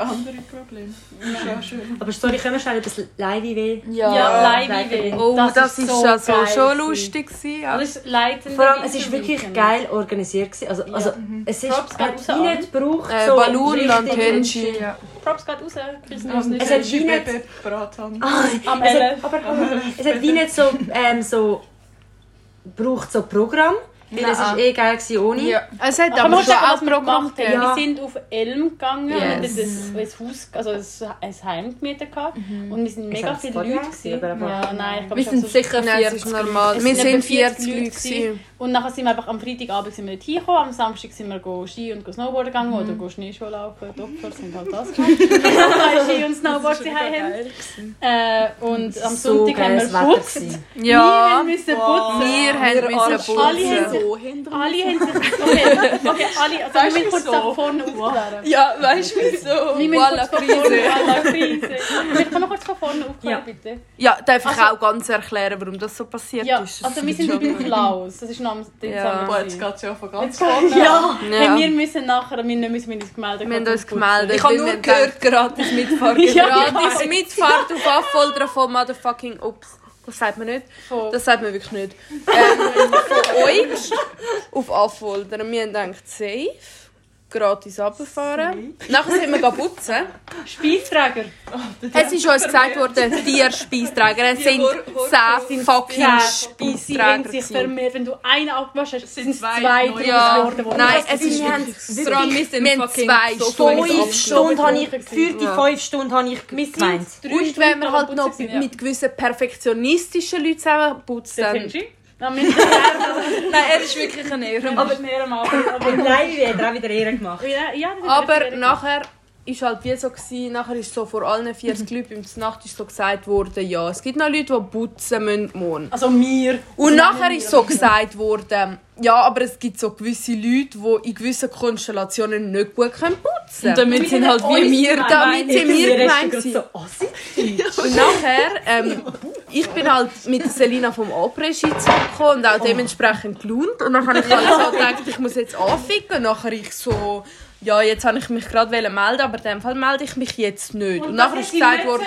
Speaker 6: anderes Problem. Ja, schön.
Speaker 2: Aber sorry, können wir schnell über das Live-IW?
Speaker 1: Ja, genau. Leihweide.
Speaker 5: Oh, das, ist also
Speaker 1: geil
Speaker 5: schon
Speaker 1: gewesen.
Speaker 5: lustig gewesen. Ja.
Speaker 1: Das ist leitend.
Speaker 2: Vor allem, es ist wirklich geil organisiert. gewesen. Also, also es ist
Speaker 1: Mhm. Props
Speaker 2: hat
Speaker 1: geht raus
Speaker 2: wie
Speaker 1: an.
Speaker 2: nicht gebraucht.
Speaker 5: Äh,
Speaker 2: so
Speaker 5: Balloon und
Speaker 2: richtig-
Speaker 5: Tenchi.
Speaker 1: Props geht raus. Chris Nuss
Speaker 2: Es
Speaker 1: nicht.
Speaker 2: hat wie nicht...
Speaker 6: Bebe Bratan.
Speaker 1: Am
Speaker 2: Es
Speaker 1: 11.
Speaker 2: hat, aber, es hat wie nicht so, ähm, so braucht so Programm, weil es
Speaker 1: ah.
Speaker 2: ist eh geil gewesen ohne.
Speaker 5: Ja. Es hat
Speaker 1: Aber
Speaker 5: aber
Speaker 1: man
Speaker 5: schon
Speaker 1: sagen,
Speaker 5: auch
Speaker 1: was wir
Speaker 5: Programm
Speaker 1: gemacht haben.
Speaker 5: gegeben.
Speaker 2: Ja.
Speaker 1: Wir sind auf Elm gegangen
Speaker 5: Yes.
Speaker 1: und haben ein Haus, also ein- ein Heim gemietet gehabt. und wir sind
Speaker 2: Ich
Speaker 1: mega
Speaker 2: hab's
Speaker 1: viele
Speaker 2: vorher
Speaker 1: Leute
Speaker 2: gesehen,
Speaker 1: gewesen.
Speaker 2: aber-
Speaker 1: Ja, nein, ich glaube,
Speaker 4: Wir
Speaker 1: ich
Speaker 4: sind
Speaker 1: hab's so-
Speaker 4: sicher
Speaker 5: Nein, es ist
Speaker 4: 40.
Speaker 5: normal.
Speaker 1: Es
Speaker 5: Wir
Speaker 1: sind etwa
Speaker 5: sind
Speaker 1: 40
Speaker 5: 40 Leute.
Speaker 1: Leute
Speaker 5: gewesen.
Speaker 1: und nachher sind wir einfach am Freitagabend sind wir dort hingekommen, am Samstag sind wir go Ski und go Snowboard gegangen
Speaker 5: Mhm.
Speaker 1: oder go Schneeschuh laufen. Die Opfer sind halt das gemacht. Weil halt Ski und Snowboard zu Hause haben. Äh, und am
Speaker 2: so
Speaker 1: Sonntag haben wir
Speaker 2: geiles Wetter
Speaker 1: geputzt.
Speaker 2: gewesen.
Speaker 1: Wir
Speaker 5: Ja,
Speaker 1: haben müssen putzen.
Speaker 5: wir haben müssen
Speaker 1: alle
Speaker 5: putzen.
Speaker 1: haben sich, alle haben sich, okay, okay, alle, also wir müssen kurz da vorne aufklären.
Speaker 8: Ja, weißt du
Speaker 5: Oh,
Speaker 8: wieso?
Speaker 1: Wir müssen kurz
Speaker 5: Voila,
Speaker 1: von vorne, voila, Krise. Wir können kurz von vorne aufklären, bitte.
Speaker 5: Ja, darf ich
Speaker 1: Also-
Speaker 5: auch ganz erklären, warum das so passiert
Speaker 1: Ja,
Speaker 5: ist?
Speaker 1: also wir sind beim Klaus, das ist noch am
Speaker 5: Ja.
Speaker 6: Boah,
Speaker 1: Dezember.
Speaker 6: jetzt geht es ja von ganz
Speaker 1: Ja,
Speaker 5: Ja.
Speaker 1: Hey, wir müssen nachher, wir müssen wir uns gemeldet
Speaker 5: Wir haben uns
Speaker 1: putzen.
Speaker 5: gemeldet.
Speaker 4: Ich habe
Speaker 5: weil
Speaker 4: nur
Speaker 5: wir
Speaker 4: gehört,
Speaker 5: gedacht-
Speaker 4: gratis mitfahren.
Speaker 1: Ja,
Speaker 5: Gratis Mitfahrt auf Affolter von Motherfucking Ups. Das sagt man nicht.
Speaker 1: Von-
Speaker 5: Das sagt man wirklich nicht. Ähm, von euch auf Affolter. Wir haben gedacht, safe. Gratis runterfahren. Nachher sind wir gehen putzen.
Speaker 1: Speisträger.
Speaker 5: Es ist uns gesagt worden, vier Speisträger. Es sind zehn fucking
Speaker 1: Und sie haben
Speaker 5: Speisträger.
Speaker 1: sich
Speaker 5: gewesen.
Speaker 1: vermehrt. Wenn du einen abgemacht hast, sind es zwei,
Speaker 6: zwei,
Speaker 1: drei
Speaker 5: Ja,
Speaker 1: geworden. die-
Speaker 5: nein, es ist
Speaker 2: Wir haben
Speaker 5: Wir haben zwei
Speaker 2: fünf
Speaker 5: Stunden.
Speaker 2: Stunden habe ich,
Speaker 1: gewesen.
Speaker 2: für die fünf Stunden habe ich
Speaker 1: Wir sind
Speaker 2: gemeint.
Speaker 1: drei
Speaker 5: Und
Speaker 1: Stunden
Speaker 5: wenn wir
Speaker 1: am
Speaker 5: halt
Speaker 1: Putzen
Speaker 5: noch
Speaker 1: gewesen, ja.
Speaker 5: mit gewissen perfektionistischen Leuten zusammenputzt,
Speaker 1: Der
Speaker 5: dann...
Speaker 1: Tenji. Nein, wir sind
Speaker 4: Nein, er ist wirklich ein Ehrenmann.
Speaker 1: aber mehr am Abend.
Speaker 2: Im Live-IW hat er auch wieder Ehre gemacht.
Speaker 1: Ja, ja, das hat
Speaker 5: Aber
Speaker 1: er-
Speaker 5: nachher ist halt wie so gewesen, nachher ist so vor allen 40 Leuten beim Nacht ist so gesagt worden, ja, es gibt noch Leute, die putzen müssen morgen.
Speaker 1: Also mir.
Speaker 5: Und nachher ist so gesagt worden, ja, aber es gibt so gewisse Leute, die in gewissen Konstellationen nicht gut können putzen können.
Speaker 4: Damit sind halt wie wir da.
Speaker 5: Damit sind wir gemeint gewesen. Und nachher, ähm, ich bin halt mit Selina vom Après-Ski zurückgekommen und auch dementsprechend gelaunt. Und dann habe ich halt so gedacht, ich muss jetzt anficken. Und nachher ich so, ja, jetzt habe ich mich gerade melden, wollen, aber in dem Fall melde ich mich jetzt nicht. Und, nachher ist gesagt worden...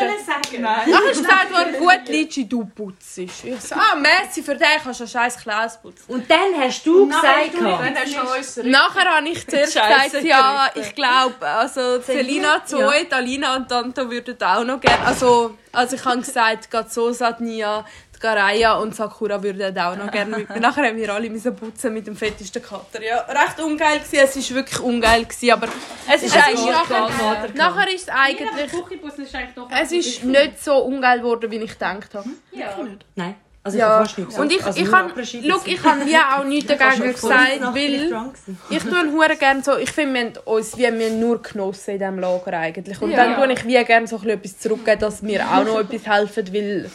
Speaker 5: Nachher ist gesagt worden, gut, Litschi, du putzt. Ich so, ah, merci für dich, kannst du einen scheiß Klaus putzen.
Speaker 2: Und dann hast du gesagt, gehabt,
Speaker 6: Dann hast du uns
Speaker 5: Nachher habe ich zuerst
Speaker 4: Scheisse
Speaker 5: gesagt, ja, ich glaube, also Selina, Zoe, Talina und Tanto würden auch noch gerne. Also, also ich habe gesagt, gerade so Satnia, die Garaya und Sakura würden auch noch gerne mit mir. Nachher haben wir alle müssen putzen mit dem fettesten Kater. Ja, recht ungeil gewesen. Es ist wirklich ungeil gewesen, aber es ist eigentlich nachher, nachher ist es eigentlich
Speaker 1: Küchenbus ist eigentlich doch...
Speaker 5: es ist nicht so ungeil geworden, wie ich gedacht habe.
Speaker 1: Ja.
Speaker 2: nein, also ich
Speaker 5: Ja.
Speaker 2: habe fast nichts
Speaker 5: Und ich,
Speaker 2: gesagt. Also
Speaker 5: ich
Speaker 2: nur
Speaker 5: habe,
Speaker 2: Après-Ski
Speaker 5: schau,
Speaker 2: gewesen.
Speaker 5: ich habe wie auch nichts
Speaker 2: Fast
Speaker 5: dagegen
Speaker 2: noch vor der
Speaker 5: gesagt,
Speaker 2: Nacht bin ich
Speaker 5: weil
Speaker 2: dran gewesen.
Speaker 5: ich tue hure gerne so, ich finde, wir haben uns wie wir haben nur genossen in diesem Lager eigentlich. Und dann tue ich wie gerne so ein bisschen etwas zurückgeben, dass mir auch noch etwas helfen, weil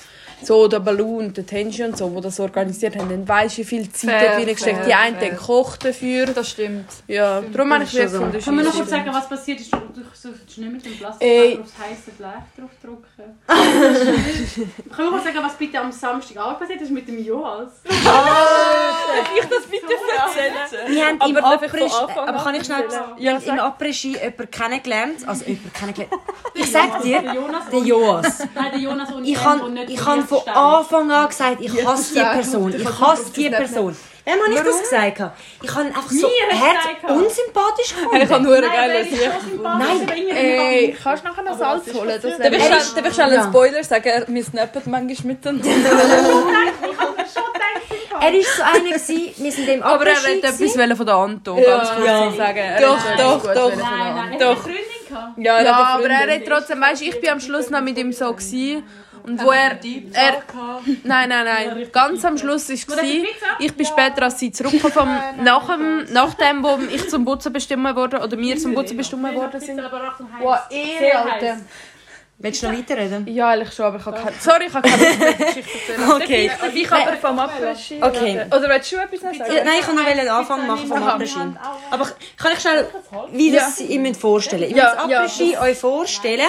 Speaker 5: so der Balou und der Tension und so, die das organisiert haben, dann weisst du, wie viel Zeit
Speaker 4: Fair,
Speaker 5: dort reingesteckt. Die
Speaker 4: fair,
Speaker 5: einen
Speaker 4: fair.
Speaker 5: haben gekocht dafür.
Speaker 4: Das stimmt.
Speaker 5: Ja, darum habe ich
Speaker 2: Das
Speaker 5: mir
Speaker 2: ist schon so.
Speaker 5: gefunden,
Speaker 1: Können wir noch
Speaker 5: scheisse.
Speaker 1: kurz sagen, was passiert ist? Du solltest nicht mit dem
Speaker 5: Ey.
Speaker 1: Plastik aufs heiße Blech draufdrücken. Können wir kurz sagen, was bitte am Samstag auch passiert ist mit dem Joas?
Speaker 2: Wir haben im
Speaker 4: darf ich von
Speaker 2: Après
Speaker 4: Anfang
Speaker 2: aber
Speaker 4: an
Speaker 2: kann ich schnell ja, im Après-Ski jemanden kennengelernt, also jemanden kennengelernt. Ich sag dir,
Speaker 1: Der Jonas
Speaker 2: der
Speaker 1: und,
Speaker 2: Joas.
Speaker 1: nein, der Jonas und
Speaker 2: Ich
Speaker 1: Em und
Speaker 2: habe
Speaker 1: nicht
Speaker 2: ich
Speaker 1: der
Speaker 2: han von
Speaker 1: Stein.
Speaker 2: Anfang an gesagt, ich hasse die Person, ich hasse die Person. Wem habe ich das gesagt? gehabt? Ich habe ihn einfach so
Speaker 1: Mir hat's gesagt
Speaker 2: hart
Speaker 1: gehabt.
Speaker 2: unsympathisch
Speaker 5: Ich habe
Speaker 2: gefunden.
Speaker 5: nur
Speaker 1: Nein, der
Speaker 5: geil.
Speaker 1: ist so sympathisch,
Speaker 2: Nein.
Speaker 1: aber irgendwie-
Speaker 5: Ey, kannst du nachher noch Salz holen? Das
Speaker 4: Darf ich
Speaker 5: wäre-
Speaker 4: schnell- darf ich schnell
Speaker 2: Ja.
Speaker 4: einen Spoiler sagen? Wir snappen manchmal miteinander.
Speaker 2: Er war so einer, gewesen, wir sind im
Speaker 5: Aber er wollte
Speaker 2: Après-Ski.
Speaker 5: etwas wollen von der Anto, ganz kurz
Speaker 2: Ja.
Speaker 5: sagen. Er
Speaker 4: Doch,
Speaker 5: wollte
Speaker 4: doch,
Speaker 5: etwas
Speaker 4: doch.
Speaker 5: wollen von der
Speaker 1: Nein, nein, hat er
Speaker 5: Doch.
Speaker 1: eine Freundin gehabt?
Speaker 5: Ja, aber er hat trotzdem, weißt, ich bin am Schluss noch mit ihm so gsi Und wo er, er
Speaker 6: er,
Speaker 5: Nein, nein, nein. Ganz am Schluss war es,
Speaker 1: Oh
Speaker 5: ich bin später als sie zurückgekommen, vom, nach, dem, nach dem, wo ich zum Putzen bestimmt wurde, oder wir zum Putzen bestimmt worden sind.
Speaker 1: Aber Achtung, heiß.
Speaker 5: Boah, Ehre,
Speaker 1: Sehr
Speaker 5: Alter.
Speaker 1: heiß.
Speaker 2: Willst du noch weiterreden?
Speaker 5: Ja, eigentlich schon, aber ich habe keine... Sorry, ich habe keine Geschichte erzählen.
Speaker 2: Okay.
Speaker 5: Darf ich aber vom Abwaschen?
Speaker 2: Okay.
Speaker 5: Oder willst du etwas noch sagen?
Speaker 2: Ja, nein, ich kann noch einen Anfang machen vom Abregie.
Speaker 1: Ah,
Speaker 2: Aber ich- kann ich schnell, wie das ihr müsst vorstellen. Ihr
Speaker 5: Ja,
Speaker 2: müsst
Speaker 5: ja.
Speaker 2: Abregie euch vorstellen.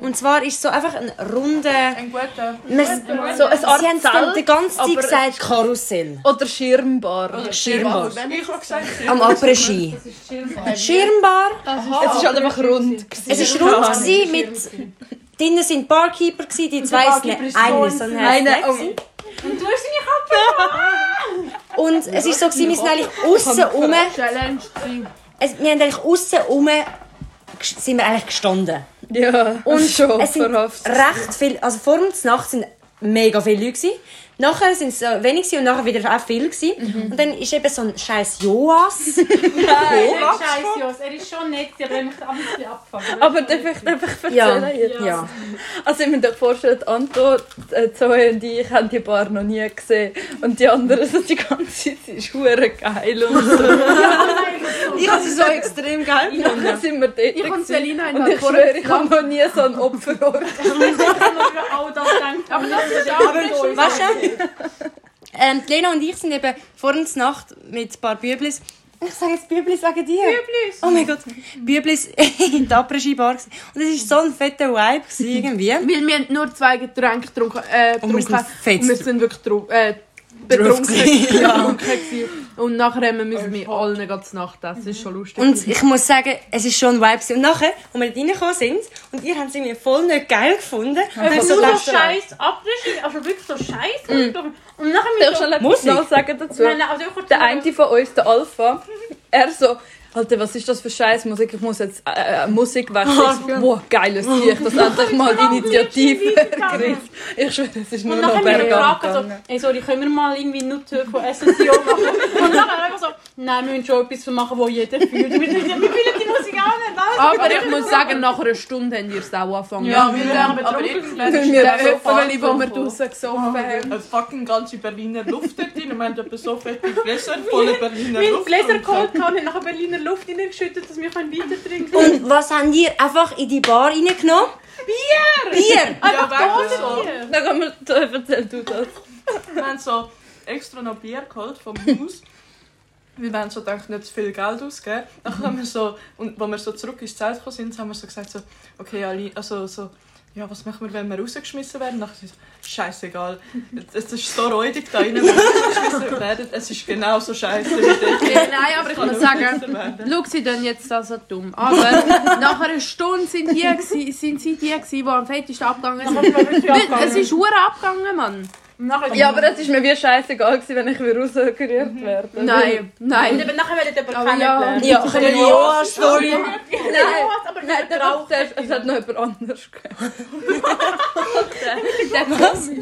Speaker 2: Und zwar ist so einfach ein runder...
Speaker 6: ein
Speaker 7: äh,
Speaker 6: guter.
Speaker 2: Wir,
Speaker 5: So ein Art
Speaker 2: sie haben es die
Speaker 5: Zelt
Speaker 2: ganze Zeit
Speaker 5: aber-
Speaker 2: gesagt, Karussell.
Speaker 5: oder Schirmbar.
Speaker 2: Schirmbar.
Speaker 6: Ich habe gesagt,
Speaker 2: Am Abregie. Schirmbar.
Speaker 5: Es ist halt einfach rund.
Speaker 2: Es war rund gewesen mit... Drinnen sind Barkeeper, gewesen, die zwei sind eine, so ein
Speaker 5: Eine,
Speaker 2: Eine, Und es war so, gewesen, wir sind eigentlich aussen rum. Es, wir haben eigentlich aussen rum gest- sind wir eigentlich gestanden.
Speaker 5: ja, und schon,
Speaker 2: Es sind
Speaker 5: verhofft.
Speaker 2: recht viel, also vor und Nacht sind mega viele Leute gewesen. Nachher sind es äh, wenig gewesen und nachher wieder auch viel gewesen.
Speaker 7: Mhm.
Speaker 2: Und dann ist eben so ein scheiß Joas.
Speaker 1: Scheiße, Jos, er ist schon nett, aber er hat mich ein bisschen abgefangen.
Speaker 4: Aber darf ich, darf ich erzählen
Speaker 2: Ja.
Speaker 4: jetzt?
Speaker 2: ja.
Speaker 4: Also ich mir doch vorstellen, Anto, äh, Zoe und ich haben die Bar noch nie gesehen. Und die anderen sind die ganze Zeit, sie ist hure geil. Und
Speaker 2: Ich habe sie so extrem geil
Speaker 4: dann sind wir dort.
Speaker 7: Ich und
Speaker 4: gewesen.
Speaker 7: Selina haben
Speaker 2: halt
Speaker 4: und ich
Speaker 7: vorher
Speaker 4: schwöre, ich habe noch nie so einen Opferort.
Speaker 1: auch das denkt. Aber das ist ja
Speaker 2: Aber weißt du, ähm, die Lena und ich sind eben vor und Nacht mit ein paar Büblis. Ich sage jetzt Büblis wegen dir. Büblis! Oh mein Gott. Büblis in der Après-Ski-Bar. gewesen. Und es war so ein fetter Vibe gewesen irgendwie.
Speaker 7: Weil wir haben nur zwei Getränke getrunken äh,
Speaker 2: Und wir sind
Speaker 7: getrunken.
Speaker 2: fett
Speaker 7: und wir sind wirklich tru- äh, betrunken.
Speaker 2: gewesen.
Speaker 7: betrunken gewesen. Und nachher haben wir
Speaker 4: Oh,
Speaker 7: müssen wir allen ganz Nacht essen. Das ist schon lustig.
Speaker 2: Und ich muss sagen, es ist schon ein Vibe. gewesen. Und nachher, als wir reingekommen sind, und ihr habt sie mir voll nicht geil gefunden. Und ich
Speaker 1: Nur
Speaker 2: so
Speaker 1: so
Speaker 2: gedacht,
Speaker 1: scheiß Abrischi, also wirklich so scheiß. Und nachher
Speaker 4: Darf ich
Speaker 1: mich so...
Speaker 4: schon etwas
Speaker 2: Musik?
Speaker 4: noch sagen dazu?
Speaker 1: Nein, nein, aber du kurz-
Speaker 4: Der eine von uns, der Alpha, er so, Alter, was ist das für scheiß Musik? Ich muss jetzt äh, äh, Musik wechseln. Ich so, Wow, geiles Tier, das endlich mal die Initiative ergriff. Ich schwöre, es ist nur
Speaker 1: Und
Speaker 4: noch
Speaker 1: nachher haben wir
Speaker 4: bergab.
Speaker 1: gefragt, also, ey, sorry, können wir mal irgendwie nur die Höhe von SSIO machen? Und nachher einfach so, nein, wir müssen schon etwas machen, wo jeder fühlt. Wir, wir fühlen die Musik auch nicht, weißt
Speaker 7: Aber ich muss sagen, nach einer Stunde haben wir es auch angefangen.
Speaker 6: Ja, wir haben aber irgendwann ist
Speaker 7: wir
Speaker 6: der so
Speaker 7: Öffnen, wo
Speaker 6: fast
Speaker 7: wir
Speaker 6: voll.
Speaker 7: draußen gesoffen haben.
Speaker 6: Eine fucking ganze Berliner Luft dort drin. Wir haben etwa so fette Gläser, volle Berliner
Speaker 1: Wir haben
Speaker 6: Luft.
Speaker 1: Gläser geholt und haben nachher Berliner Luft reingeschüttet, dass wir können weiter trinken können.
Speaker 2: Und was habt ihr einfach in die Bar reingenommen? Bier! Bier!
Speaker 6: Ja, wirklich so.
Speaker 4: Dann kann man, äh, erzähl du das.
Speaker 6: Wir haben so extra noch Bier geholt vom Haus. Weil wir haben so gedacht, nicht zu viel Geld ausgeben. Dann haben wir so, und als wir so zurück ins Zelt gekommen sind, haben wir so gesagt, so, okay, Ali- also so, ja, was machen wir, wenn wir rausgeschmissen werden? Nachher sind wir so, scheißegal. Es- Es ist so räudig da drinnen, wenn wir rausgeschmissen werden. Es ist genauso scheiße wie dort.
Speaker 7: Ja, nein, aber ich muss sagen,
Speaker 6: sagen.
Speaker 7: Schau, sie tun jetzt das so dumm. Aber nach einer Stunde sind die, gsi- sind sie die, gsi, die am fettesten abgegangen sind. Weil Es ist hure abgegangen, Mann.
Speaker 1: Nachher,
Speaker 4: Ja, aber es ist mir wie scheißegal gewesen, wenn ich wieder rausgerührt werde.
Speaker 7: Nein,
Speaker 1: Und
Speaker 7: nein.
Speaker 1: eben nachher werdet ihr aber
Speaker 7: Aber ja.
Speaker 1: kennengelernt.
Speaker 2: Ja, ich habe eine Joas-Story.
Speaker 4: Nein,
Speaker 1: Was, aber
Speaker 4: nein, der
Speaker 1: Rauch-
Speaker 4: Rauch, es hat noch jemand anders gegeben.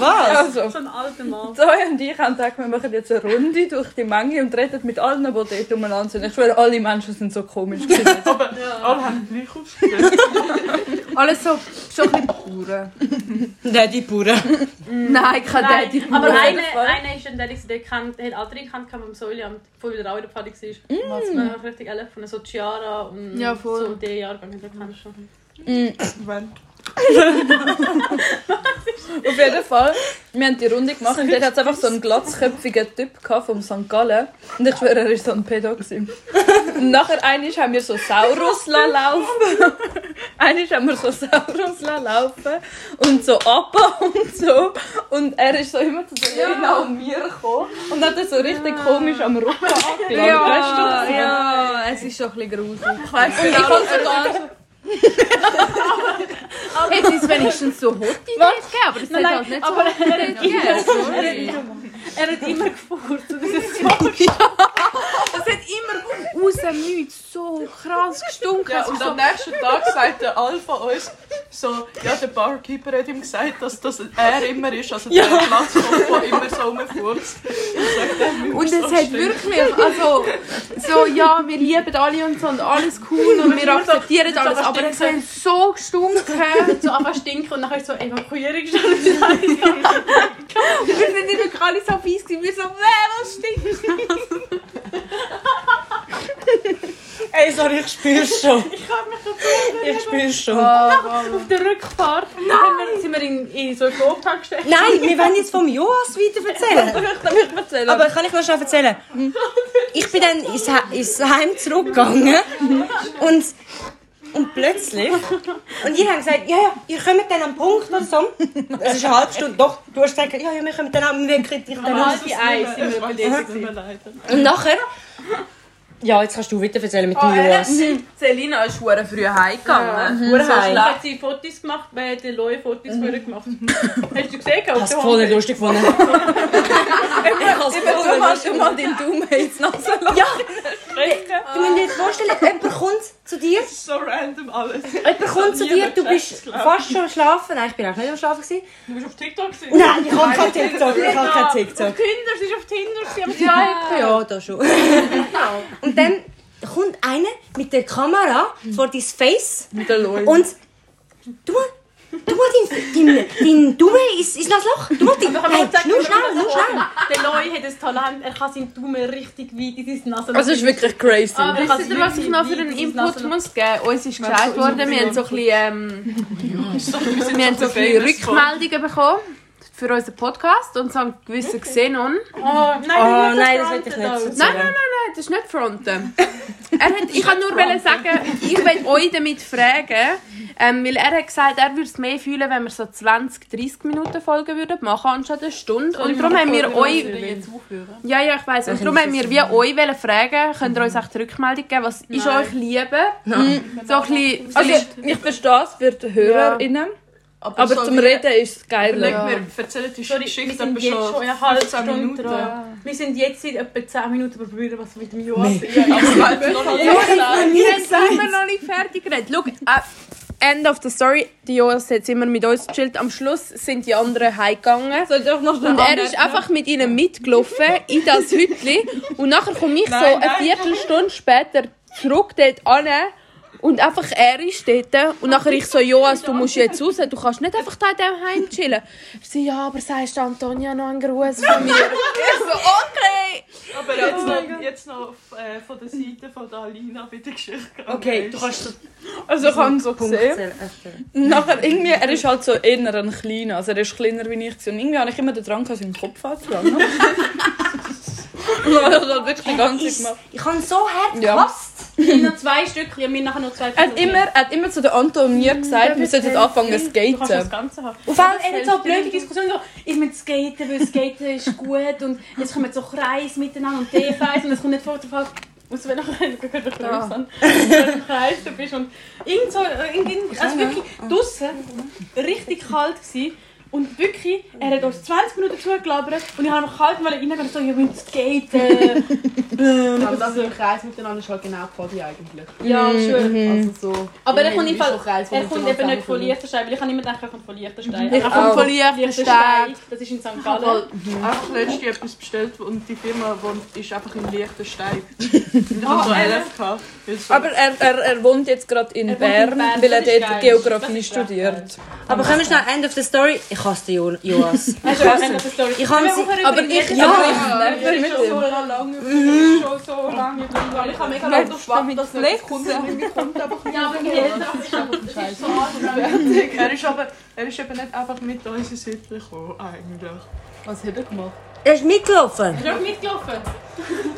Speaker 2: Was?
Speaker 4: Also,
Speaker 1: so ein alter Mann.
Speaker 4: Zoe und ich haben gedacht, wir machen jetzt eine Runde durch die Menge und reden mit allen, die dort umeinander sind. Ich schwöre, alle Menschen sind so komisch gewesen.
Speaker 6: Aber alle haben gleich ausgegeben.
Speaker 7: Alles so, so ein bisschen pure.
Speaker 2: Daddy Pura.
Speaker 7: Nein, kein
Speaker 1: Nein,
Speaker 7: Daddy.
Speaker 1: aber
Speaker 7: pure.
Speaker 1: einer einer ist ein der der kennt, hat alle drei gekannt, kam am Säuleamt, bevor wieder auch in der Party
Speaker 2: Mm.
Speaker 1: war. Was man richtig ehrlich von so Chiara und
Speaker 7: Ja, voll.
Speaker 1: so der Jahrgang hat er kennt schon.
Speaker 4: Auf jeden Fall, wir haben die Runde gemacht und dort hat es einfach so einen glatzköpfigen Typ gehabt vom St. Gallen. Und ich schwöre, er war so ein Pedo. gewesen. Und nachher einmal haben wir so Saurus la laufen. einmal haben wir so Saurus la laufen und so Appa und so. Und er ist so immer zu so Elena und mir gekommen und hat dann so richtig komisch am Rücken abgelangt.
Speaker 7: Ja,
Speaker 4: Weißt du?
Speaker 7: ja, es ist schon ein bisschen gruselig. Ich weiss
Speaker 4: Und ich
Speaker 7: nicht,
Speaker 4: habe sogar...
Speaker 7: hätte es wenigstens so Hot-Ideen gegeben, aber es hat halt nicht so
Speaker 1: aber er
Speaker 7: Hot-Ideen gegeben.
Speaker 1: Er hat immer gefurzt. und das ist-
Speaker 7: Es hat immer aus dem Nichts so krass gestunken.
Speaker 6: Ja, und am nächsten Tag sagt der Alpha uns, so, ja, der Barkeeper hat ihm gesagt, dass das er immer ist, also der ja. Platz, wo immer so rumfurzt.
Speaker 5: Und es hat wirklich, also, so, ja, wir lieben alle und so und alles cool und wir akzeptieren alles, aber es hat so gestunken.
Speaker 1: So einfach stinken und nachher so Evakuierung schon.
Speaker 5: Wir sind wirklich alle so fies gewesen. Wir so, wer stinkt?
Speaker 2: Ey, sorry, ich spür's schon. ich spür's schon.
Speaker 1: Auf der Rückfahrt haben wir, sind wir in, in so einen Gopag gesteckt.
Speaker 2: Nein, wir wollen jetzt vom Joas weiter erzählen. Aber kann ich noch schnell erzählen? Ich bin dann ins, He ins Heim zurückgegangen und, und plötzlich... Und ihr habt gesagt, ja, ja, ihr kommt dann am Punkt oder so. Es ist eine halbe Stunde. Doch, du hast gesagt, ja, ja, wir kommen dann am wir kriegen dich dann
Speaker 1: Aber
Speaker 2: raus.
Speaker 1: halt die Eis sind wir bei dir. gewesen.
Speaker 2: Und nachher... Ja, jetzt kannst du weiter erzählen mit dem Joas.
Speaker 10: Selina ist hure früh heimgegangen.
Speaker 2: Hure
Speaker 1: Ich
Speaker 2: heim.
Speaker 1: habe sie Fotos gemacht, wir haben die Leute Fotos von ihr gemacht. Hast du gesehen?
Speaker 2: Ich hab's Mhm. voll nicht lustig gefunden. ich hab's voll nicht lustig gefunden.
Speaker 10: den Daumen ins Nase lassen.
Speaker 2: Du musst dir jetzt vorstellen, jemand kommt zu dir.
Speaker 6: So random alles.
Speaker 2: Jemand kommt zu dir, du bist fast schon am Schlafen. Nein, ich bin auch nicht am Schlafen. Gewesen.
Speaker 6: Du bist auf TikTok gewesen.
Speaker 2: Nein, ich habe kein TikTok. Ich habe kein TikTok.
Speaker 1: Tinder, sie ist auf Tinder. Sie haben
Speaker 2: Ja, ja, da schon. Und dann kommt einer mit der Kamera vor dein Face. Mit der Leute. Und du, du dein, dein, dein Dumme ist, ist das Loch. Du, dein, nein, nur schnell, nur schnell.
Speaker 1: Der Loi hat ein Talent, er kann seinen Daumen richtig weit in seine Nase
Speaker 2: Also,
Speaker 4: Das ist wirklich crazy.
Speaker 1: Aber er kann
Speaker 5: Wisst
Speaker 1: es
Speaker 5: ihr, was ich
Speaker 1: wirklich
Speaker 5: noch für
Speaker 1: weit
Speaker 5: einen
Speaker 1: in seine
Speaker 5: Input
Speaker 1: Nase-
Speaker 5: muss geben? Uns ist gesagt worden, wir haben so ein bisschen, ähm, wir haben so ein bisschen Rückmeldungen bekommen für unseren Podcast und so einen gewissen Xenon.
Speaker 1: Oh nein,
Speaker 2: Oh
Speaker 1: das
Speaker 2: nein, das
Speaker 1: ist
Speaker 2: will ich
Speaker 1: Fronten
Speaker 2: nicht.
Speaker 5: Nein, nein, nein, nein, das ist nicht fronten. Er hat, ich kann nur wollen sagen, ich will euch damit fragen, ähm, weil er hat gesagt, er würde es mehr fühlen, wenn wir so 20, 30 Minuten Folgen würden machen anstatt eine Stunde. Und darum haben wir euch... Ja, ja, ich weiß. Und darum haben wir wie euch wollen fragen, könnt ihr uns auch die Rückmeldung geben, was ist euch Liebe? So ein bisschen...
Speaker 4: Also, ich verstehe es für die HörerInnen, aber zum Reden ist es geil.
Speaker 6: Leg mir, erzähl die
Speaker 1: Sorry,
Speaker 6: Geschichte
Speaker 1: wir sind
Speaker 6: aber
Speaker 1: jetzt schon eine halbe
Speaker 6: 15
Speaker 1: Stunde
Speaker 6: Minuten.
Speaker 1: dran. Wir sind jetzt seit etwa 10 Minuten am probieren, was mit dem Joas ist.
Speaker 5: Wir sind immer noch nicht fertig geredet. Schau, äh, End of the story. Die Joas hat immer mit uns gechillt. Am Schluss sind die anderen heimgegangen. Und er ist einfach mit ihnen mitgelaufen in das Hütli. Und nachher komme ich so eine Viertelstunde später zurück dort an. Und einfach er ist dort. Und nachher ich so, Joas, du musst jetzt raus. Du kannst nicht einfach da in diesem Heim chillen. Ich so, ja, aber sagst du Antonia noch einen Gruß von mir? Ich so, okay.
Speaker 1: Oh
Speaker 6: Aber jetzt noch, jetzt noch äh, von der Seite von der Alina bei der Geschichte.
Speaker 2: Okay, du kannst den
Speaker 4: Also ich habe so
Speaker 2: Punkt
Speaker 4: gesehen.
Speaker 2: zählen. öffnen.
Speaker 4: Nachher irgendwie, er ist halt so eher ein kleiner, also er ist kleiner wie ich. gewesen. Und irgendwie habe ich immer den Drang, gehabt, seinen Kopf anzulangen. Und dann hat er wirklich die ganze Zeit
Speaker 2: Ist-
Speaker 4: gemacht.
Speaker 2: Ich habe so hart
Speaker 4: Ja.
Speaker 2: gehasst.
Speaker 1: Es sind noch zwei Stückchen und wir nachher noch zwei
Speaker 4: Er hat immer, er hat immer zu der Anto und mir gesagt, wir sollten anfangen zu
Speaker 1: Du kannst das
Speaker 4: skaten.
Speaker 1: Ganze haben.
Speaker 2: Auf einmal
Speaker 1: Er hat so eine blöde Diskussion so, ich mit Skaten, weil Skaten ist gut und jetzt kommen so Kreis miteinander und der Kreis und es kommt nicht vor, drauf an, aus welcher Kreis du gehört hast, an welchem Kreis du bist und irgend so, irgend, also wirklich draussen, richtig kalt gewesen. Und wirklich, er hat uns 20 Minuten zugelabert und ich habe noch kalt reingehen und so, wir müssen skaten.
Speaker 11: Aber das im Kreis miteinander ist halt genau Body eigentlich.
Speaker 1: ja,
Speaker 5: Mhm,
Speaker 1: schön.
Speaker 11: Also so.
Speaker 1: Aber er kommt, im Fall,
Speaker 11: Kreis,
Speaker 1: er kommt eben nicht von Liechtenstein, weil ich habe immer gedacht, er kommt von Liechtenstein.
Speaker 5: Ich komme von Liechtenstein.
Speaker 1: Liechtenstein, das ist in St. Gallen.
Speaker 6: Einfach letztens etwas bestellt und die Firma wohnt, ist einfach in Liechtenstein. Und ich habe so
Speaker 1: Ah,
Speaker 6: LF gehabt. weil so-
Speaker 4: Aber er, er, er wohnt jetzt gerade in,
Speaker 1: Er wohnt in
Speaker 4: Bern,
Speaker 1: Bern,
Speaker 4: weil er
Speaker 1: das ist
Speaker 4: dort
Speaker 1: geil. Das ist
Speaker 4: Geografie
Speaker 1: recht
Speaker 4: studiert.
Speaker 2: Aber können wir schnell End of the Story? Ich hasse den Jo- Joas.
Speaker 1: Hast du auch eine Story?
Speaker 2: Ich habe sie-
Speaker 4: Aber ich,
Speaker 1: ja.
Speaker 4: aber ich nerve mit ihm.
Speaker 6: lange, mhm. schon so lange drin. weil Ich habe mega lange gespannt, dass nicht kommt.
Speaker 1: Ja, aber die Eltern ist aber das ist so hart.
Speaker 6: Er ist aber er ist eben nicht einfach mit uns in Sitte gekommen, eigentlich.
Speaker 2: Er ist mitgelaufen.
Speaker 1: Hast du auch mitgelaufen?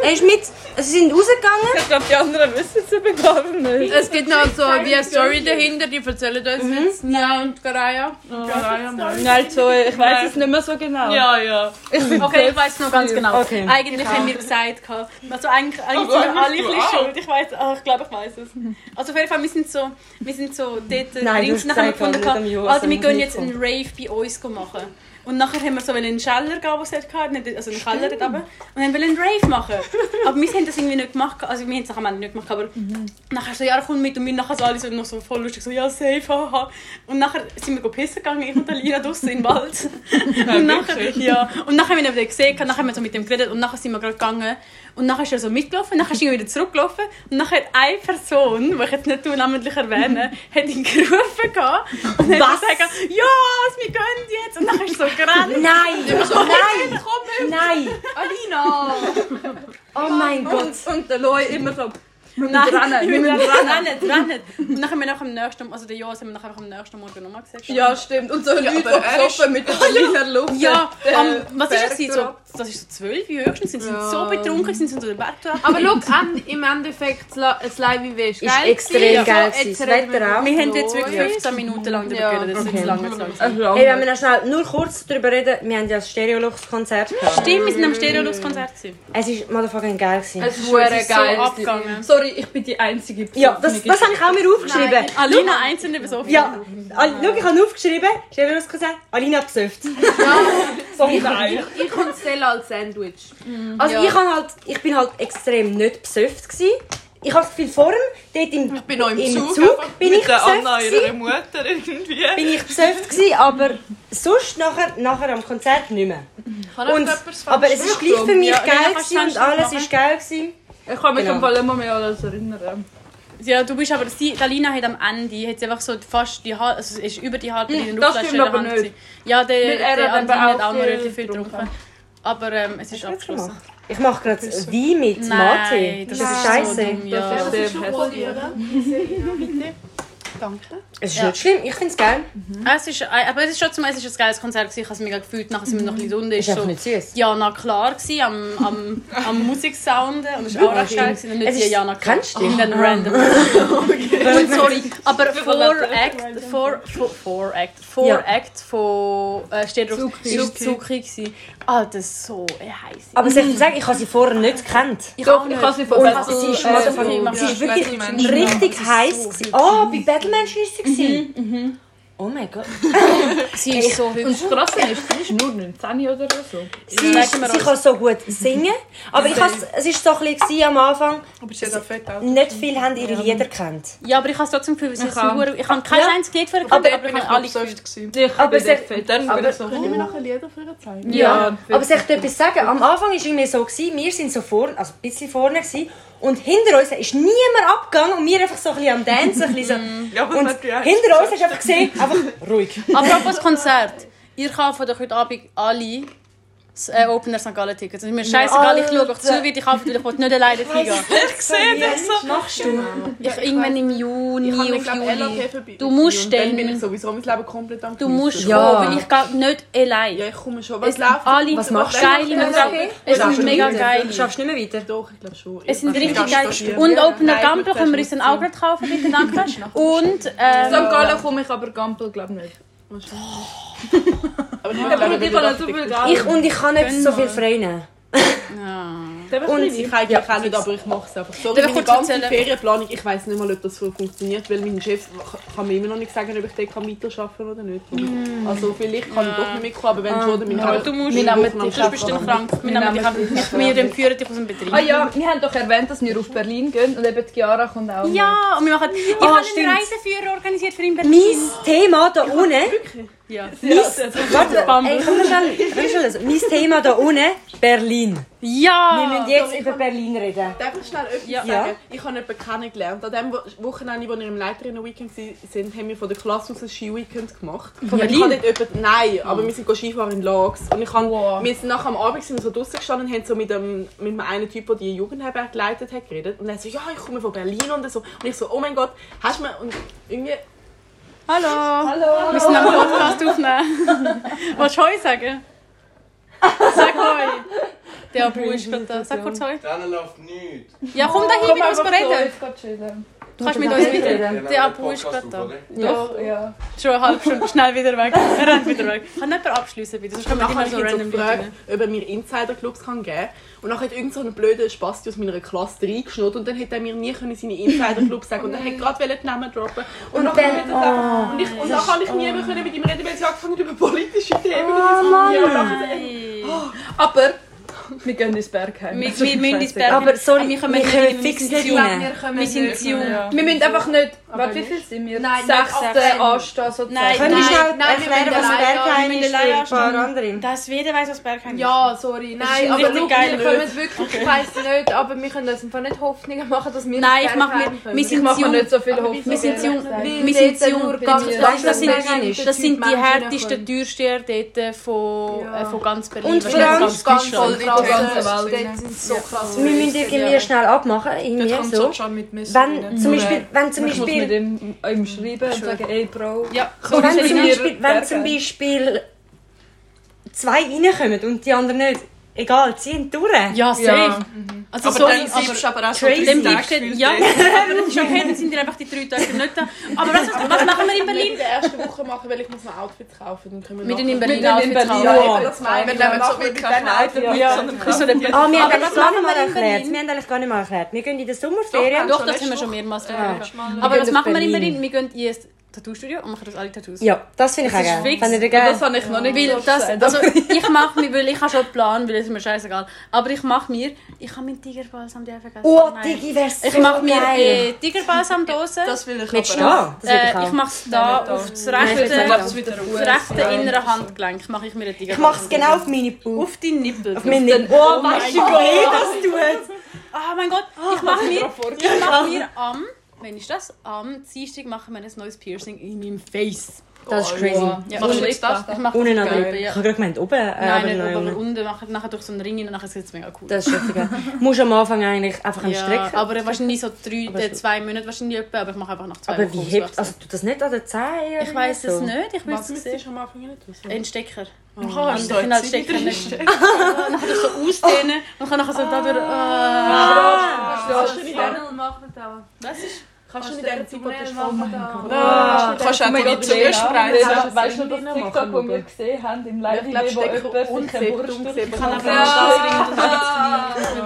Speaker 2: Er ist mit. Also sie sind rausgegangen.
Speaker 4: Ich glaube, die anderen wissen es eben gar nicht.
Speaker 5: Es gibt
Speaker 1: um
Speaker 5: noch so wie eine Story dahinter, die erzählen uns
Speaker 9: Mhm.
Speaker 5: jetzt Nia und Garaya.
Speaker 4: Nein, so, ich weiß es nicht mehr so genau.
Speaker 6: Ja, ja.
Speaker 1: Okay, ich weiß es noch ganz genau.
Speaker 2: Okay.
Speaker 1: Eigentlich haben wir gesagt, gehabt- also eigentlich, eigentlich sind wir alle ein bisschen schuld. Ich weiß, ah, ich glaube, ich weiß es. Also auf jeden Fall, wir sind so, wir sind so dort äh,
Speaker 2: Nein, du
Speaker 1: links
Speaker 2: hast
Speaker 1: nachher
Speaker 2: gesagt,
Speaker 1: gefunden,
Speaker 2: nicht
Speaker 1: gehabt,
Speaker 2: am Joas,
Speaker 1: also wir
Speaker 2: sondern
Speaker 1: gehen
Speaker 2: mir
Speaker 1: jetzt einen Rave bei uns machen. Und nachher haben wir so einen Scheller gehen, den es dort hatte, nicht- also einen Keller dort runter, und haben wollen einen Rave zu machen. Aber wir haben das irgendwie nicht gemacht. Also wir haben es nachher am Ende nicht gemacht, aber nachher so, ja, komm mit. Und wir nachher so alle so, noch so voll lustig, so, ja, safe, haha. Und nachher sind wir go pissen gegangen, ich und Alina draussen im Wald. und, nachher, ja. und nachher haben wir ihn wieder gesehen, nachher haben wir so mit ihm geredet und nachher sind wir gerade gegangen. Und nachher ist er so mitgelaufen, nachher ist er wieder zurückgelaufen und nachher hat eine Person, die ich jetzt nicht namentlich erwähne, hat ihn gerufen gehabt und hat
Speaker 2: Was?
Speaker 1: gesagt, ja, es wir gehen jetzt. Und nachher ist er so gerannt.
Speaker 2: Nein! Nein! Nein! Alina! Oh mein Gott!
Speaker 4: Und der Loi immer so.
Speaker 1: Nein, rennen, wir müssen rennen, rennen. Und dann haben wir noch am nächsten, also den Joas haben wir nachher einfach am nächsten Morgen nochmal gesehen.
Speaker 4: Ja, stimmt. Und so Leute, die besoffen mit der Berliner Luft.
Speaker 1: Ja, am, was ist das? gewesen? So, das ist so zwölf Uhr höchstens, sind sie so betrunken, sind sie unter dem Bett gelegen.
Speaker 5: Aber schau, an, im Endeffekt, la- das Live-Event ist
Speaker 2: Ist
Speaker 5: geil.
Speaker 2: extrem geil
Speaker 5: gewesen. So, jetzt
Speaker 2: gewesen. Das
Speaker 5: reden wir
Speaker 2: Wetter auch.
Speaker 1: Wir haben jetzt wirklich
Speaker 5: Ja.
Speaker 1: 15 Minuten lang darüber
Speaker 5: Ja.
Speaker 1: geredet, das ist jetzt lange zu lang.
Speaker 2: Hey, wenn wir noch schnell nur kurz darüber reden, dus wir haben ja das Stereolux-Konzert gehabt.
Speaker 1: Stimmt, wir sind am Stereolux-Konzert. gewesen.
Speaker 2: Es ist motherfucking geil gewesen.
Speaker 5: Es ist hure
Speaker 1: So
Speaker 5: geil.
Speaker 1: abgegangen.
Speaker 4: Sorry, ich bin die einzige Person.
Speaker 2: Ja, das, das habe ich auch mir aufgeschrieben.
Speaker 1: Alina einzelne besoffen.
Speaker 2: Ja, Al schau, ich habe aufgeschrieben, Stereolux-Konzert, Alina besöfft. so geil.
Speaker 5: Ich und Stella als Sandwich.
Speaker 2: Also ich, hab halt, ich bin halt extrem nicht besöfft gsi. Ich habe viel Form, dort im, ich
Speaker 6: bin auch im Zug,
Speaker 2: bin
Speaker 6: mit
Speaker 2: ich
Speaker 6: der Anna,
Speaker 2: besöfft
Speaker 6: ihrer
Speaker 2: gsi.
Speaker 6: Mutter irgendwie.
Speaker 2: Bin ich besöfft gsi, aber sonst nachher, nachher am Konzert nicht mehr. Und, aber es ist gleich für mich
Speaker 1: Ja, ja,
Speaker 2: geil
Speaker 1: kannst
Speaker 2: gsi
Speaker 1: du
Speaker 2: und
Speaker 1: schon
Speaker 2: alles
Speaker 1: machen.
Speaker 2: ist geil gsi.
Speaker 4: Ich kann mich
Speaker 2: Genau.
Speaker 4: am Fall immer mehr an alles erinnern.
Speaker 1: Ja, du bist aber, sie, die Alina hat am Ende, hat sie einfach so fast die Hal also es ist über die halbe Linie
Speaker 4: das stimmt aber
Speaker 1: gewesen.
Speaker 4: nicht.
Speaker 1: Ja, der,
Speaker 4: Weil er
Speaker 1: der
Speaker 4: hat eben
Speaker 1: andere hat
Speaker 4: auch
Speaker 1: auch noch
Speaker 4: viel
Speaker 1: relativ viel getrunken. Aber ähm, es ist abgeschlossen.
Speaker 2: Ich mache gerade Wein mit Mate.
Speaker 1: Nein,
Speaker 2: Das
Speaker 1: das
Speaker 2: ist
Speaker 1: ist so
Speaker 2: scheiße.
Speaker 1: dumm, ja.
Speaker 4: Das ist
Speaker 2: Es ist
Speaker 1: Ja.
Speaker 2: nicht schlimm, ich finde es geil.
Speaker 1: Ah, Es ist, äh, aber es ist trotzdem es ist ein geiles Konzert gewesen. Ich habe es mega gefühlt. Nachher sind wir noch ein bisschen unten.
Speaker 2: Mhm. Ist
Speaker 1: Ist
Speaker 2: einfach
Speaker 1: so,
Speaker 2: nicht süß.
Speaker 1: ja, na klar gewesen, am, am, am Musiksound. Und es war auch recht geil. gewesen. Und nicht
Speaker 2: Es ist-
Speaker 1: die Jana
Speaker 2: kennst du die?
Speaker 1: Und dann random. Und sorry, aber vor Act, vor, vor, vor Act, vor
Speaker 2: Ja.
Speaker 1: Act von äh, steht drauf,
Speaker 4: Zuki.
Speaker 1: ist Zuki gewesen. Alter, so heiß.
Speaker 2: Aber ich muss sagen, ich habe sie vorher nicht gekannt.
Speaker 1: Ich
Speaker 4: Doch,
Speaker 1: auch
Speaker 4: ich
Speaker 1: nicht.
Speaker 4: kann sie von
Speaker 2: Und
Speaker 4: Bessel-
Speaker 2: sie ist,
Speaker 1: äh,
Speaker 2: motherfucking-
Speaker 1: ja,
Speaker 2: sie ist
Speaker 6: Batman.
Speaker 2: wirklich richtig heiß. gewesen.
Speaker 1: Mhm.
Speaker 2: Ah, bei Batman war sie. gewesen. Oh mein Gott.
Speaker 1: Sie ist so
Speaker 4: Und
Speaker 1: hübsch.
Speaker 4: das Krasse ist, sie ist nur 19 oder so.
Speaker 2: Sie, ist, sie kann so gut singen. Aber ich has- es war so ein bisschen gewesen am Anfang,
Speaker 6: Aber sie hat auch fett aus.
Speaker 2: nicht viele haben ihre Lieder gekannt.
Speaker 1: Ja, aber ich habe trotzdem Gefühl, sie ist
Speaker 4: kann.
Speaker 1: ein Ich habe kein
Speaker 2: Ja.
Speaker 1: einziges Lied für aber, aber ich
Speaker 6: bin ich
Speaker 1: habe alle
Speaker 6: noch besäuft gewesen.
Speaker 4: Ich
Speaker 2: Aber
Speaker 4: aber
Speaker 2: sie-
Speaker 4: bin fett.
Speaker 6: Dann bin ich so,
Speaker 9: Können wir nachher Lieder für ihr zeigen?
Speaker 4: Ja,
Speaker 2: Aber soll ich dir etwas sagen? Am Anfang war es irgendwie so, gewesen, wir waren so vorne, also ein bisschen vorne gewesen, und hinter uns ist niemand abgegangen und wir einfach so ein bisschen am Dancen. Ein bisschen
Speaker 6: ja,
Speaker 2: so.
Speaker 6: aber
Speaker 2: Und
Speaker 6: das hat Mhm. ja-
Speaker 2: hinter uns hast du einfach gesehen, einfach ruhig.
Speaker 1: Apropos Konzert. Ihr kauft euch heute Abend alle das äh, Opener St. Gallen Tickets. Es ist mir scheißegal, ich schaue euch zu, wie ich kaufe, weil ich will nicht alleine hingehen.
Speaker 2: Ich sehe das so. machst du?
Speaker 1: Ich, irgendwann im Juni,
Speaker 9: Ich habe
Speaker 1: auf
Speaker 9: mich, glaube
Speaker 1: Juli.
Speaker 9: LAP vorbei.
Speaker 1: Du musst
Speaker 9: Und dann
Speaker 1: dann-
Speaker 9: bin ich sowieso mein Leben komplett am
Speaker 1: Du
Speaker 9: Geniessen.
Speaker 1: musst
Speaker 2: Ja.
Speaker 1: kommen, weil ich gehe nicht allein.
Speaker 9: Ja, ich komme schon. Was
Speaker 1: es sind
Speaker 9: läuft?
Speaker 1: alle
Speaker 2: Was machst du?
Speaker 1: geile Mutter. Es sind mega geil.
Speaker 2: Du schaffst nicht mehr weiter.
Speaker 9: Doch, ich glaube schon.
Speaker 1: Es sind richtig
Speaker 9: Kannst
Speaker 1: geil.
Speaker 9: du
Speaker 1: Und
Speaker 9: studieren?
Speaker 1: Opener
Speaker 9: Nein,
Speaker 1: Gampel
Speaker 9: ich
Speaker 1: können wir uns
Speaker 9: muss
Speaker 1: dann auch gerade kaufen, bitte, danke. Und, ähm,
Speaker 4: St. Gallen komme ich aber Gampel, glaube ich nicht.
Speaker 9: Aber ich habe
Speaker 4: Aber die können so viel Geld.
Speaker 2: Ich und ich kann nicht so viel frei nehmen.
Speaker 9: Und ich kann ja. auch nicht, aber ich mache es einfach. So,
Speaker 1: Darf ich
Speaker 9: meine
Speaker 1: kurz
Speaker 9: ganze
Speaker 1: erzählen?
Speaker 9: Ferienplanung, ich weiß nicht mal, ob das so funktioniert, weil mein Chef kann mir immer noch nicht sagen, ob ich dort kann weiterarbeiten kann oder nicht. Also vielleicht kann ich doch nicht mitkommen, aber wenn schon, dann bin ich halt
Speaker 1: aber
Speaker 9: auch-
Speaker 1: du musst,
Speaker 9: wir
Speaker 1: du
Speaker 9: nehmen dich.
Speaker 1: bist bestimmt krank. Wir nehmen dich einfach mit, wir führen dich aus dem Betrieb.
Speaker 4: Ah ja, wir haben doch erwähnt, dass wir auf Berlin gehen und eben die Chiara kommt auch. mit.
Speaker 1: Ja, und wir machen. Ich
Speaker 2: Ah,
Speaker 1: habe
Speaker 2: stimmt.
Speaker 1: einen Reiseführer organisiert für ihn in Berlin.
Speaker 2: Mein Thema da unten.
Speaker 1: Ja.
Speaker 2: Warte, ey, komm mal schnell. komm schnell also. Mein Thema da unten. Berlin.
Speaker 5: Ah,
Speaker 2: Wir
Speaker 1: Ja!
Speaker 2: müssen jetzt über Berlin reden.
Speaker 9: Darf ich schnell etwas
Speaker 1: Ja.
Speaker 9: sagen? Ich habe jemanden kennengelernt. An dem Wo- Wochenende, wo wir im Leiterinnen-Weekend waren, haben wir von der Klasse aus ein Ski-Weekend gemacht. Von Berlin? Ich habe dort jemanden, nein, aber wir sind go Skifahren in Lags. Und ich habe, wir sind nachher am Abend sind wir so draußen gestanden und haben so mit dem, mit dem einen Typ, der die Jugendherberge geleitet hat, geredet. Und er so, ja, ich komme von Berlin und so. Und ich so, oh mein Gott, hast du mir... Und irgendwie...
Speaker 1: Hallo! Hallo! Wir sind am Podcast aufnehmen. Willst du Heu sagen? Sag Heu! Der Abu ist gerade da. Sag kurz Heu.
Speaker 12: Dann läuft nichts.
Speaker 1: Ja, komm da hin, mit uns reden.
Speaker 4: Jetzt geht's chillen.
Speaker 1: Du kannst mit uns wieder reden.
Speaker 12: Dann
Speaker 1: Der
Speaker 12: haben wir
Speaker 1: Abu ist
Speaker 12: Podcast
Speaker 1: gerade da.
Speaker 12: auf, oder?
Speaker 4: Doch, ja.
Speaker 1: Schon eine halbe Stunde schnell wieder weg. Er rennt wieder weg. Kann jemand abschließen bitte? Sonst kommen wir
Speaker 9: Nachher
Speaker 1: immer
Speaker 9: habe ich
Speaker 1: so
Speaker 9: ihn so
Speaker 1: random
Speaker 9: gefragt,
Speaker 1: Leute.
Speaker 9: ob er mir Insider-Clubs kann geben kann. Und nachher hat irgend so ein blöder Spasti aus meiner Klasse reingeschnurrt und dann hätte er mir nie können seine Insider-Clubs sagen Und er hätte gerade wollen die Namen droppen Und, nachher
Speaker 2: dann-
Speaker 9: hat er
Speaker 2: Ah.
Speaker 9: gesagt- und, ich, und dann kann ich nie mehr können mit ihm reden, weil sie angefangen hat, über politische Themen oh, und so. Ja, und nachher-
Speaker 4: Aber
Speaker 6: Wir gehen ins Bergheim.
Speaker 4: Wir, wir müssen ins Berg.
Speaker 2: Aber sorry,
Speaker 4: wir
Speaker 2: wir
Speaker 4: kommen
Speaker 2: können,
Speaker 4: nicht rein,
Speaker 2: fix
Speaker 4: wir
Speaker 2: nicht
Speaker 4: müssen
Speaker 2: rein.
Speaker 4: Wir sind zu jung.
Speaker 6: Ja.
Speaker 4: Wir müssen einfach nicht... Warte, wie
Speaker 6: nicht.
Speaker 4: viel sind wir?
Speaker 5: Nein,
Speaker 4: Sechs
Speaker 5: nein,
Speaker 4: auf der anstehen sozusagen.
Speaker 1: Nein,
Speaker 2: Können wir
Speaker 1: nein.
Speaker 2: schnell
Speaker 5: nein, wir
Speaker 2: erklären,
Speaker 5: müssen
Speaker 2: was ein
Speaker 5: alleine-
Speaker 2: Bergheim
Speaker 1: wir
Speaker 2: ist
Speaker 1: müssen
Speaker 2: für
Speaker 1: alleine
Speaker 2: ein paar andere?
Speaker 1: Dass jeder weiß, was Bergheim ist.
Speaker 5: Ja, sorry. Nein,
Speaker 1: ein
Speaker 5: aber
Speaker 1: richtig
Speaker 5: schau,
Speaker 1: geiler
Speaker 5: wir können wirklich, ich weiss nicht, aber wir können uns einfach nicht Hoffnungen machen, dass wir
Speaker 4: Nein,
Speaker 5: ins
Speaker 4: ich mache
Speaker 5: Bergheim
Speaker 4: mir...
Speaker 5: kommen.
Speaker 4: Wir
Speaker 5: Ich
Speaker 4: sind
Speaker 5: mache
Speaker 4: zu jung.
Speaker 5: nicht so viel Hoffnung.
Speaker 1: Wir sind zu jung.
Speaker 4: Wir sind zu jung. Weißt du, das sind, das sind die härtesten,
Speaker 5: Typen.
Speaker 1: teuersten Däten von,
Speaker 5: Ja.
Speaker 1: äh, von ganz Berlin.
Speaker 2: Und vor allem-
Speaker 1: Wahrscheinlich
Speaker 5: Ganz, ganz voll
Speaker 1: Deutschland.
Speaker 5: krass. Dort sind so krass.
Speaker 2: Wir müssen irgendwie schnell abmachen,
Speaker 6: Dort
Speaker 2: irgendwie
Speaker 6: kommt so
Speaker 2: so.
Speaker 6: schon mit Messer
Speaker 2: Wenn
Speaker 6: rein.
Speaker 2: zum Beispiel, wenn zum
Speaker 4: Ich muss
Speaker 2: Beispiel
Speaker 4: mit ihm, ihm schreiben und sagen, ey Bro,
Speaker 1: Ja,
Speaker 2: Und
Speaker 4: Komm,
Speaker 2: wenn, zum
Speaker 4: wir-
Speaker 2: Beispiel, wenn zum
Speaker 4: Berge.
Speaker 2: Beispiel zwei reinkommen und die anderen nicht, egal, ziehen durch.
Speaker 1: ja safe. Also
Speaker 6: Mhm. Aber
Speaker 1: so,
Speaker 6: dann
Speaker 1: aber-
Speaker 6: siebst du aber auch so
Speaker 2: Crazy.
Speaker 1: Dem
Speaker 6: drei Tage
Speaker 1: bleibst du,
Speaker 6: gefühlt
Speaker 1: ja,
Speaker 6: dort.
Speaker 1: aber das ist okay, dann sind die einfach die drei Tage nicht da. Aber was, was machen wir in
Speaker 8: Ich in
Speaker 1: Berlin?
Speaker 8: der ersten Woche machen, weil ich muss noch Outfits kaufen. Dann können wir
Speaker 1: Wir
Speaker 8: nachher-
Speaker 1: tun in
Speaker 4: mit
Speaker 1: Berlin
Speaker 4: ihm in
Speaker 1: Outfits
Speaker 4: Berlin.
Speaker 1: haben.
Speaker 4: Ja.
Speaker 6: Wir nehmen so mit keinen Outfit mit, sondern
Speaker 1: Das ist so der Blick.
Speaker 2: Ah, wir haben
Speaker 1: Aber
Speaker 2: eigentlich
Speaker 1: was
Speaker 2: gar
Speaker 1: machen
Speaker 2: nicht mal
Speaker 1: wir in
Speaker 2: erklärt.
Speaker 1: Berlin?
Speaker 2: Wir haben eigentlich gar nicht mal erklärt. Wir gehen in der Sommerferien. Ah.
Speaker 1: Doch, das haben wir schon mehrmals gemacht. Aber
Speaker 2: gehen
Speaker 1: was
Speaker 2: nach
Speaker 1: machen wir in
Speaker 2: Berlin.
Speaker 1: Berlin? Wir gehen in ein Tattoo-Studio und machen das alle Tattoos.
Speaker 2: Ja, das finde ich auch geil.
Speaker 1: fix.
Speaker 2: Wenn ihr geil.
Speaker 4: habe ich noch nicht
Speaker 1: Weil das, also ich mache mir, weil ich habe schon einen Plan, weil es ist mir scheißegal. Aber ich mache mir, ich habe meinen Tigerbalsam die vergessen.
Speaker 2: Oh,
Speaker 1: Nein.
Speaker 2: Digi, wär's so
Speaker 1: Ich mache mir
Speaker 2: geil.
Speaker 1: äh, Tigerbalsam-Dose.
Speaker 6: Das will ich
Speaker 2: Willst du
Speaker 6: aber auch.
Speaker 2: da? Das
Speaker 1: Äh,
Speaker 2: würde
Speaker 1: ich
Speaker 2: ich Äh, auch.
Speaker 1: mache es da auf das rechte,
Speaker 6: Ich glaube, es
Speaker 1: das
Speaker 6: wird wieder ruhig.
Speaker 1: rechte innere Handgelenk. Mache ich mir einen
Speaker 2: Ich
Speaker 1: Tigerbalsam.
Speaker 2: mache es genau auf meine Bauch.
Speaker 1: Auf die Nippel.
Speaker 2: Auf meinen Nippel. Oh, weißt du, Ah, wie weh das tut?
Speaker 1: Ah, mein Gott, ich mache mir, ich mache mir am, wenn ist das? Am Dienstag mache ich mir ein neues Piercing in meinem Face.
Speaker 2: Das ist crazy.
Speaker 1: Ja,
Speaker 6: Machst du
Speaker 1: und-
Speaker 6: jetzt das?
Speaker 1: Ich mache
Speaker 2: Unten an
Speaker 1: das
Speaker 2: der-
Speaker 1: oben,
Speaker 2: Ich
Speaker 1: Oh, ja.
Speaker 2: habe gerade gemeint, oben. äh, aber
Speaker 1: Nein, nicht
Speaker 2: nein,
Speaker 1: oben, aber
Speaker 2: unten.
Speaker 1: unten. Nachher- Nachher durch so einen Ring und nachher sieht es mega cool
Speaker 2: Das ist richtig geil. Du musst am Anfang eigentlich einfach einen
Speaker 1: Ja,
Speaker 2: Strecken.
Speaker 1: aber wahrscheinlich so drei,
Speaker 2: Aber
Speaker 1: äh,
Speaker 2: es-
Speaker 1: zwei Monate wahrscheinlich etwa, aber ich mache einfach nach zwei
Speaker 2: Aber
Speaker 1: Wochen
Speaker 2: wie hebt.
Speaker 1: auswachsen.
Speaker 2: Also, tut das nicht an den Zehen?
Speaker 1: Ich weiß es nicht,
Speaker 8: Was
Speaker 1: ich weiß es
Speaker 8: müsste
Speaker 1: nicht.
Speaker 8: ich am Anfang nicht wissen?
Speaker 1: Ein Stecker.
Speaker 8: Oh.
Speaker 1: Und ich kann halt Stecker nicht. Und dann kann ich so ausdehnen und kann nachher so dadurch... Ah.
Speaker 8: Kannst du nicht der-
Speaker 5: machen da.
Speaker 1: Das ist...
Speaker 8: kannst du nicht in der Zeit, wo du voll
Speaker 6: Du kannst auch deine Zunge spreizen.
Speaker 4: Weißt du, das TikTok, das wir gesehen haben, im
Speaker 8: Ich glaube,
Speaker 4: Live-Video, wo
Speaker 8: Stecker
Speaker 4: jemand sich
Speaker 8: unzählt,
Speaker 4: eine Wurst
Speaker 1: Ich kann
Speaker 8: unzählt.
Speaker 1: einfach ein neues Ring und dann wird es klein. Ich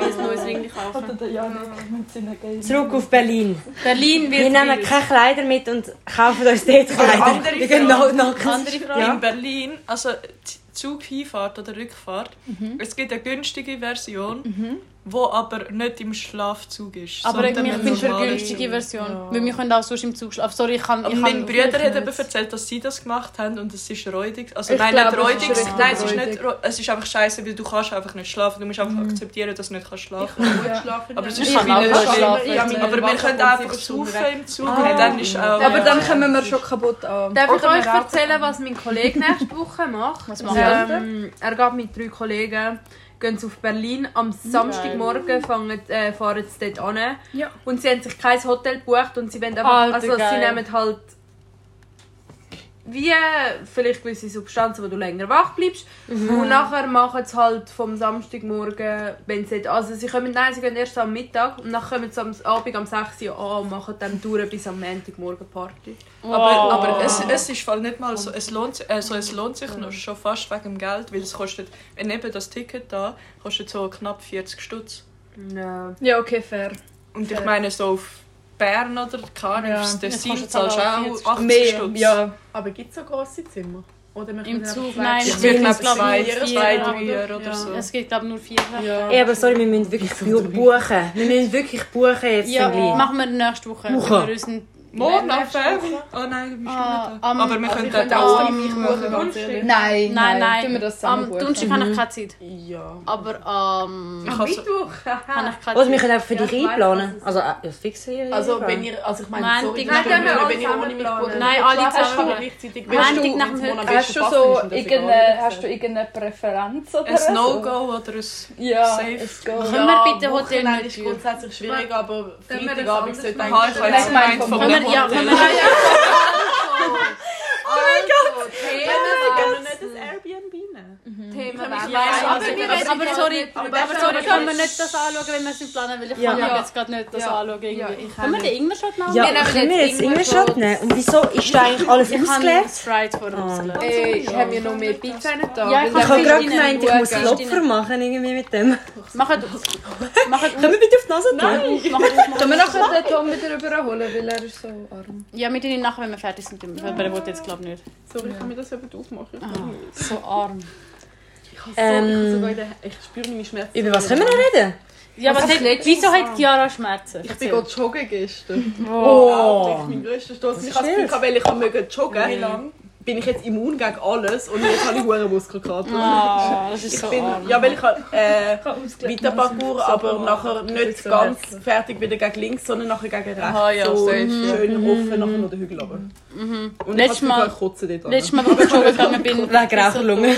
Speaker 1: will ein neues Ring kaufen.
Speaker 4: Ja, nicht mit seinen Games.
Speaker 2: Zurück auf Berlin.
Speaker 1: Berlin
Speaker 2: Wir
Speaker 1: wird
Speaker 2: nehmen
Speaker 1: wild.
Speaker 2: keine Kleider mit und kaufen uns dort Kleider.
Speaker 6: andere
Speaker 2: Wir gehen noch, noch
Speaker 1: Andere Frage?
Speaker 2: Ja.
Speaker 6: In Berlin, also die Zughinfahrt oder Rückfahrt, es gibt eine günstige Version, wo aber nicht im Schlafzug ist.
Speaker 1: Aber ich ich
Speaker 6: sondern im
Speaker 1: bin für die
Speaker 6: normalen
Speaker 1: günstige Version. Weil wir können auch sonst im Zug schlafen. Sorry, ich kann...
Speaker 6: Aber
Speaker 1: Ich kann
Speaker 6: mein Bruder hat eben erzählt, dass sie das gemacht haben und es ist räudig. Also
Speaker 5: Ich
Speaker 6: nein,
Speaker 5: glaube,
Speaker 6: nicht
Speaker 5: es ist
Speaker 6: räudig.
Speaker 5: richtig
Speaker 6: Nein, es ist
Speaker 5: räudig.
Speaker 6: nicht räu- Es ist einfach scheiße, weil du kannst einfach nicht schlafen. Du musst einfach akzeptieren, dass du nicht kannst schlafen kannst. Aber es ist
Speaker 1: Ich kann
Speaker 6: wie nicht
Speaker 1: auch
Speaker 6: schlimm.
Speaker 1: schlafen.
Speaker 8: Ja, meine
Speaker 6: Aber wir
Speaker 8: Waffe
Speaker 6: können
Speaker 8: kommt
Speaker 6: einfach
Speaker 8: sieben Stunden
Speaker 6: saufen
Speaker 8: weg.
Speaker 6: im Zug. und dann ist auch...
Speaker 4: Aber dann kommen wir schon kaputt an.
Speaker 5: Darf ich
Speaker 4: Oder
Speaker 5: euch
Speaker 4: wir rauchen.
Speaker 5: erzählen, was mein Kollege nächste Woche macht?
Speaker 1: Was macht er?
Speaker 5: Ähm, er geht mit drei Kollegen gehen sie auf Berlin. Am Samstagmorgen fangen, äh, fahren sie dort an.
Speaker 1: Ja.
Speaker 5: Und sie haben sich kein Hotel gebucht und sie wollen einfach...
Speaker 1: Alter,
Speaker 5: also sie
Speaker 1: geil.
Speaker 5: nehmen halt... Wie äh, vielleicht gewisse Substanzen, wo du länger wach bleibst.
Speaker 1: Mhm.
Speaker 5: Und nachher machen sie halt vom Samstagmorgen, wenn sie dort- Also sie kommen... Nein, sie gehen erst am Mittag und dann kommen sie am Abend am 6 Uhr an und machen dann durch bis am Montagmorgen Party.
Speaker 6: Aber, aber es, es ist voll nicht mal so. Es lohnt, also es lohnt sich noch schon fast wegen dem Geld, weil es kostet, wenn eben das Ticket da, kostet so knapp 40 Stutz.
Speaker 5: Ja.
Speaker 4: Ja, okay, fair.
Speaker 6: Und ich meine, so auf Bern oder keine
Speaker 4: Ja.
Speaker 6: ja. auf
Speaker 1: Das
Speaker 6: Tessin
Speaker 1: kostet
Speaker 6: zahlst du
Speaker 1: aber
Speaker 6: auch
Speaker 1: 40
Speaker 6: 80
Speaker 4: Mehr,
Speaker 6: Stutz.
Speaker 4: ja.
Speaker 8: Aber gibt es so grosse Zimmer? Oder wir
Speaker 1: Im
Speaker 8: können
Speaker 1: Zug,
Speaker 8: einfach-
Speaker 1: nein.
Speaker 6: Ich würde glaube
Speaker 1: glaub,
Speaker 6: zwei,
Speaker 1: vier,
Speaker 6: zwei,
Speaker 1: oder-
Speaker 6: drei oder so.
Speaker 1: Es gibt glaube nur vier.
Speaker 2: Ja, aber sorry, wir müssen wirklich bu- buchen. Wir müssen wirklich buchen jetzt
Speaker 1: Ja,
Speaker 2: ja. gleich.
Speaker 1: machen wir nächste Woche.
Speaker 2: Woche.
Speaker 1: Wenn wir uns ein-
Speaker 6: Morgen nach Februar? Oh nein, bist du
Speaker 1: Ah,
Speaker 6: nicht da.
Speaker 1: am-
Speaker 6: Aber wir
Speaker 1: also
Speaker 6: können
Speaker 1: ich
Speaker 6: dort
Speaker 1: könnte
Speaker 6: auch.
Speaker 1: am-
Speaker 4: Nein,
Speaker 1: Nein, nein.
Speaker 4: Tun wir das
Speaker 1: am
Speaker 4: zusammen Mhm. buchen.
Speaker 1: Donnerstag habe ich keine Zeit.
Speaker 8: Ja.
Speaker 1: Aber am
Speaker 6: Ich
Speaker 1: ähm,
Speaker 6: habe so-
Speaker 1: habe ich keine
Speaker 2: Oder wir
Speaker 1: Zeit.
Speaker 2: können auch für
Speaker 5: Ja,
Speaker 2: dich
Speaker 5: ich weiss,
Speaker 2: einplanen.
Speaker 5: was
Speaker 2: Also, äh, ja, fix hier.
Speaker 8: Also, wenn ihr, also ich meine,
Speaker 1: Nein,
Speaker 8: sorry,
Speaker 1: die-
Speaker 8: das ist
Speaker 5: Nein,
Speaker 8: blöd,
Speaker 5: können wir
Speaker 8: wenn ihr
Speaker 5: alle
Speaker 8: ohne mich
Speaker 5: zusammen
Speaker 8: bucht.
Speaker 1: Nein, alle
Speaker 8: Hast du
Speaker 1: zusammen.
Speaker 8: gleichzeitig
Speaker 1: Hast
Speaker 8: wenn
Speaker 1: du-
Speaker 8: nach dem Monat
Speaker 4: Hast du so irgendeine, hast du irgendeine Präferenz oder
Speaker 6: Ein
Speaker 4: so?
Speaker 6: No-Go oder ein
Speaker 4: Ja,
Speaker 6: Safe.
Speaker 4: es geht.
Speaker 1: Können wir bitte Hotel
Speaker 8: Wochenende
Speaker 1: nicht
Speaker 8: ist
Speaker 1: buchen?
Speaker 8: grundsätzlich schwierig, aber
Speaker 5: Können wir das
Speaker 8: Freitagabend
Speaker 5: anders
Speaker 8: sollte
Speaker 5: machen?
Speaker 6: Ah,
Speaker 8: eigentlich...
Speaker 6: ich habe jetzt
Speaker 4: Nein,
Speaker 6: gemeint
Speaker 4: vom
Speaker 6: vom
Speaker 1: Können wir, Oh ja, können wir,
Speaker 8: Oh Können wir nicht ein Airbnb nehmen?
Speaker 1: Nein,
Speaker 5: Aber
Speaker 1: also,
Speaker 5: wir
Speaker 1: aber,
Speaker 5: reden
Speaker 1: aber,
Speaker 5: nicht
Speaker 1: sorry,
Speaker 5: darüber.
Speaker 1: aber, sorry, können wir nicht das anschauen, wenn wir es nicht planen, weil ich
Speaker 2: Ja.
Speaker 1: kann
Speaker 2: Ja.
Speaker 1: jetzt gerade nicht das
Speaker 5: Ja.
Speaker 1: anschauen. Irgendwie.
Speaker 5: Ja, ich
Speaker 1: können wir den Ingwer-Shot nehmen?
Speaker 2: ja,
Speaker 5: wir nehmen
Speaker 2: können wir
Speaker 5: jetzt
Speaker 2: jetzt
Speaker 5: irgendwo
Speaker 2: Ingwer-Shot
Speaker 5: so-
Speaker 2: nehmen? Und wieso ist da eigentlich alles
Speaker 1: Ich habe
Speaker 2: ausgeleert?
Speaker 1: das Fried vor uns gelassen.
Speaker 4: Äh.
Speaker 5: Ey, haben wir noch mehr Pizza nicht da?
Speaker 1: Ja, ich
Speaker 2: Ich
Speaker 1: kann
Speaker 2: habe gerade
Speaker 1: Christine
Speaker 2: gemeint, ich
Speaker 1: schauen.
Speaker 2: muss Klopfer machen irgendwie mit dem.
Speaker 1: Machen machen
Speaker 2: Können wir bitte auf die Nase tun?
Speaker 4: Können wir nachher den Tom wieder überholen, weil er ist so arm.
Speaker 1: Ja, mit ihnen nachher, wenn wir Ah. fertig sind. Aber er will jetzt glaube ich nicht.
Speaker 8: Sorry, kann mir das jemand aufmachen?
Speaker 1: So arm.
Speaker 8: Ich
Speaker 2: Ähm,
Speaker 9: Ich spüre meine Schmerzen.
Speaker 2: über was können wir noch reden?
Speaker 1: Ja, aber hat, wieso hat Chiara Schmerzen?
Speaker 9: Ich bin gerade joggen gestern.
Speaker 2: Oh.
Speaker 9: Das ist mein grösster Stoß. Ich
Speaker 2: ist
Speaker 9: habe das Gefühl,
Speaker 2: schwierig.
Speaker 9: gehabt, weil ich kann mögen joggen. Wie lange? Bin ich jetzt immun gegen alles und jetzt habe ich hohe Muskelkater.
Speaker 1: Ah, das ist
Speaker 9: Ich
Speaker 1: so
Speaker 9: bin,
Speaker 1: arm.
Speaker 9: ja, weil ich habe, äh,
Speaker 1: ausgelegt.
Speaker 9: weiter Parcours, aber nachher nicht ganz fertig wieder gegen links, sondern nachher gegen rechts.
Speaker 6: Aha, ja,
Speaker 9: so
Speaker 6: safe,
Speaker 9: schön offen, nachher noch den Hügel runter. Und
Speaker 1: Letztes
Speaker 9: ich
Speaker 1: Mal-
Speaker 9: habe kotzen dort runter.
Speaker 1: Letztes Mal, als ich joggen gegangen bin,
Speaker 2: Wegen Raucherlunge.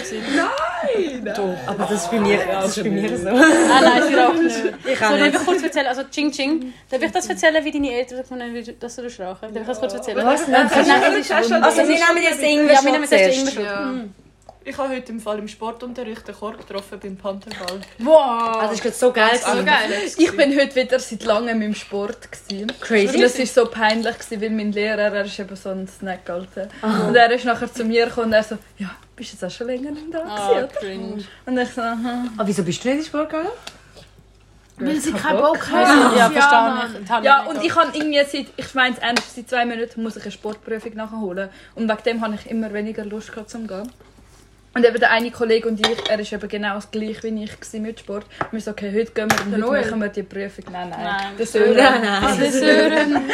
Speaker 9: Nein!
Speaker 2: Aber das ist bei mir, das ist bei mir so.
Speaker 1: Ah nein, sie raucht nicht.
Speaker 2: Ich
Speaker 1: So,
Speaker 2: kann
Speaker 1: darf
Speaker 2: nicht.
Speaker 1: ich kurz erzählen, also Ching Ching, darf ich das erzählen, wie deine Eltern gefunden haben, dass du das rauchen? Darf ich das kurz erzählen?
Speaker 2: Was? Also wir nehmen jetzt
Speaker 1: Ja,
Speaker 2: irgendwas
Speaker 1: wir nehmen
Speaker 2: ja,
Speaker 1: jetzt erst Ingwer
Speaker 2: zuerst.
Speaker 1: schon.
Speaker 6: Ich habe heute im Fall im Sportunterricht einen Chor getroffen beim Panthenball.
Speaker 2: Ah, das ist gerade so geil.
Speaker 1: Also,
Speaker 6: So geil.
Speaker 4: Ich bin heute wieder seit langem im Sport. Gewesen.
Speaker 2: Crazy.
Speaker 4: Und es war so peinlich, gewesen, weil mein Lehrer, er ist eben so ein Snack, Alter.
Speaker 1: Ah.
Speaker 4: Und er ist nachher zu mir gekommen und er so, ja, bist jetzt auch schon länger nicht da gewesen,
Speaker 1: Ah,
Speaker 4: oder?
Speaker 1: cringe.
Speaker 4: Und ich so, aha.
Speaker 2: Aber wieso bist du nicht in den Sport gegangen?
Speaker 4: Weil sie keinen Bock
Speaker 1: Ja, verstanden. Das habe ich
Speaker 4: Ja,
Speaker 1: nicht
Speaker 4: und
Speaker 1: gedacht.
Speaker 4: ich habe irgendwie seit, ich meine es ernst, seit zwei Monaten muss ich eine Sportprüfung nachholen. Und wegen dem habe ich immer weniger Lust gehabt, zum gehen. Und eben der eine Kollege und ich, er ist eben genau das gleiche wie ich gewesen mit Sport. Und wir so, okay, heute gehen wir und heute machen wir die Prüfung. Nein, nein.
Speaker 1: Nein.
Speaker 4: Der Sören.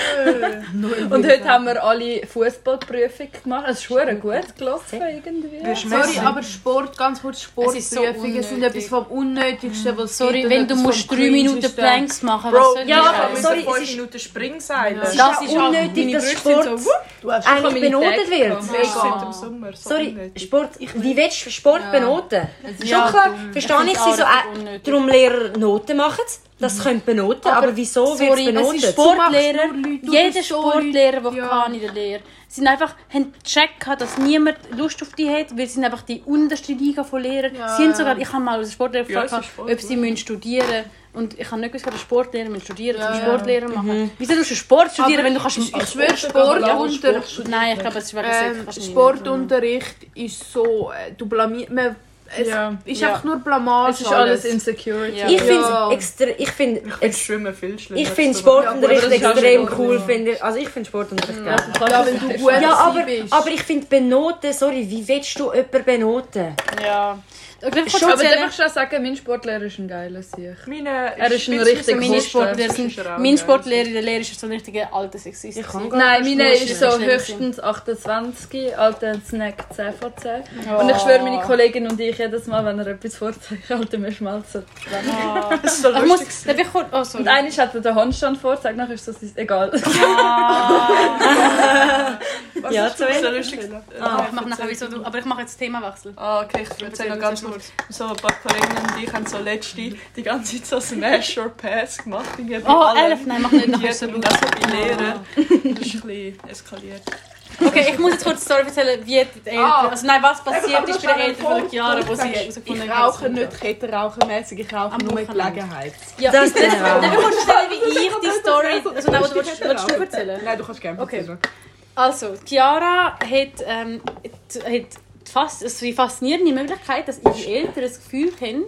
Speaker 4: Und heute haben wir alle Fußballprüfung gemacht. Es ist hure gut gelaufen irgendwie.
Speaker 5: Sorry,
Speaker 6: ah,
Speaker 5: aber Sport, ganz kurz,
Speaker 1: Es ist so
Speaker 5: Sportprüfungen sind
Speaker 1: unnötig.
Speaker 5: etwas vom Unnötigsten, was es
Speaker 1: Sorry,
Speaker 5: gibt und
Speaker 1: wenn du
Speaker 5: etwas
Speaker 1: musst
Speaker 5: vom
Speaker 1: drei Minuten
Speaker 5: Cringesten.
Speaker 1: Planks machen,
Speaker 6: Bro,
Speaker 1: was soll
Speaker 2: ja,
Speaker 1: das?
Speaker 2: aber
Speaker 6: Wir
Speaker 2: sorry,
Speaker 6: müssen
Speaker 2: es
Speaker 6: fünf
Speaker 2: ist-
Speaker 6: Minuten Spring sein.
Speaker 2: Das ist auch unnötig,
Speaker 6: meine
Speaker 2: dass
Speaker 6: Brüste sind
Speaker 2: Sport
Speaker 6: so, wupp,
Speaker 2: eigentlich benotet wird.
Speaker 6: das ist seit dem Sommer. So
Speaker 2: Sorry,
Speaker 6: unnötig.
Speaker 2: Sport, wie willst du Sport benoten? Schon
Speaker 1: ja
Speaker 2: klar,
Speaker 1: dumm.
Speaker 2: verstehe ich,
Speaker 1: Ich
Speaker 2: sie
Speaker 1: find's
Speaker 2: so,
Speaker 1: auch
Speaker 2: äh,
Speaker 1: unnötig.
Speaker 2: darum Lehrer Noten machen, das können benoten, Mhm. aber, wieso wird es
Speaker 1: Sorry, es
Speaker 2: benotet?
Speaker 1: ist Sportlehrer, jeder Sportlehrer, den ich kann in der Lehre, sind einfach, haben gecheckt, gehabt, dass niemand Lust auf die hat, weil sie sind einfach die unterste Liga von Lehrern. sie haben sogar, ich habe mal als Sportlehrer
Speaker 6: Ja,
Speaker 1: gefragt,
Speaker 6: es ist voll
Speaker 1: ob sie müssen studieren und ich habe nicht gesagt, dass Sportlehrer müssen studieren, zum Sportlehrer machen.
Speaker 5: Mhm.
Speaker 1: Wieso musst du Sport studieren, wenn du kannst...
Speaker 5: Ich schwöre, Sport unter...
Speaker 1: Nein, ich glaube, es ist wegen Sex
Speaker 5: Ähm,
Speaker 1: wahrscheinlich
Speaker 5: Sportunterricht ist so... äh, Du blamierst... man- Es
Speaker 4: Ja.
Speaker 5: ist
Speaker 1: Ja.
Speaker 5: einfach nur Blamage
Speaker 4: Es ist alles Insecurity.
Speaker 1: Ja.
Speaker 2: Ich finde
Speaker 5: Ja.
Speaker 2: extra, ich finde,
Speaker 6: Ich finde
Speaker 2: ex-
Speaker 6: Schwimmen viel schlimmer.
Speaker 2: ich finde
Speaker 6: als Sport.
Speaker 2: Sportunterricht
Speaker 4: aber das ist auch
Speaker 2: extrem
Speaker 4: schon
Speaker 2: cool, finde ich. Also ich finde Sportunterricht geil.
Speaker 5: Ja, wenn du gut
Speaker 2: Ja, aber,
Speaker 5: bist.
Speaker 2: aber ich finde benoten, sorry, wie willst du jemanden benoten?
Speaker 1: nicht. Ja. Ich glaube, ich kann
Speaker 4: Aber darf
Speaker 1: erzählen-
Speaker 4: ich schon sagen, mein Sportlehrer ist ein geiler Sieg.
Speaker 6: Meine
Speaker 4: Er ist ein
Speaker 6: Spitze-
Speaker 4: richtiger
Speaker 1: Meine
Speaker 4: Kosten.
Speaker 1: Sportlehrer sind,
Speaker 6: Das ist auch
Speaker 1: mein
Speaker 6: geil.
Speaker 1: Sportlehrer in der Lehre ist so ein richtiger alter Sexist.
Speaker 2: Ich kann
Speaker 1: gewesen.
Speaker 2: gar
Speaker 4: Nein, meine
Speaker 1: Schlimm,
Speaker 4: ist so
Speaker 1: schlimm,
Speaker 4: höchstens 28, alter Snack 10 von 10. Und ich schwöre, meine Kollegin und ich jedes Mal, wenn er etwas vorzeigt, halten wir schmelzen.
Speaker 6: Das ist so
Speaker 1: Ich
Speaker 6: lustig.
Speaker 1: muss, darf ich kurz, oh, sorry.
Speaker 4: Und einmal hat er den Handstand vorzeigt, nachher ist das egal.
Speaker 6: Was
Speaker 2: Ja,
Speaker 6: ist das?
Speaker 2: Joel?
Speaker 6: So lustig.
Speaker 1: Ah, ich mache nachher wieso du, aber ich mache jetzt Themawechsel.
Speaker 6: Ah, okay, ich erzähle noch ganz kurz. So ein paar Kollegen und ich haben so letzte die ganze Zeit so Smash or Pass gemacht. irgendwie bei
Speaker 1: Oh,
Speaker 6: allen.
Speaker 1: elf, nein, mach nicht
Speaker 6: Und
Speaker 1: nachher
Speaker 6: jetzt
Speaker 1: so
Speaker 6: haben
Speaker 1: blöd.
Speaker 6: das so die Lehre. Das ist ein bisschen eskaliert.
Speaker 1: Okay, ich muss jetzt kurz die Story erzählen, wie die Eltern,
Speaker 9: Ah.
Speaker 1: also nein, was passiert ist bei den Eltern von Chiara, wo sie herausgefunden
Speaker 9: Ich
Speaker 1: haben.
Speaker 9: rauche nicht kettenrauchermässig, ich rauche
Speaker 1: Am
Speaker 9: nur
Speaker 1: Wochenende.
Speaker 9: Gelegenheit.
Speaker 1: Ja,
Speaker 2: Das
Speaker 1: das
Speaker 2: ist
Speaker 1: darf
Speaker 2: der Raum.
Speaker 1: darf ich kurz erzählen, wie ich die Story, also nein, was willst, willst du
Speaker 9: Kettenrauchen.
Speaker 1: erzählen?
Speaker 9: Nein, du kannst gerne
Speaker 1: Okay.
Speaker 9: erzählen.
Speaker 1: Also, Chiara hat, ähm, hat, hat fast, also die faszinierende Möglichkeit, dass ihre Eltern das Gefühl haben,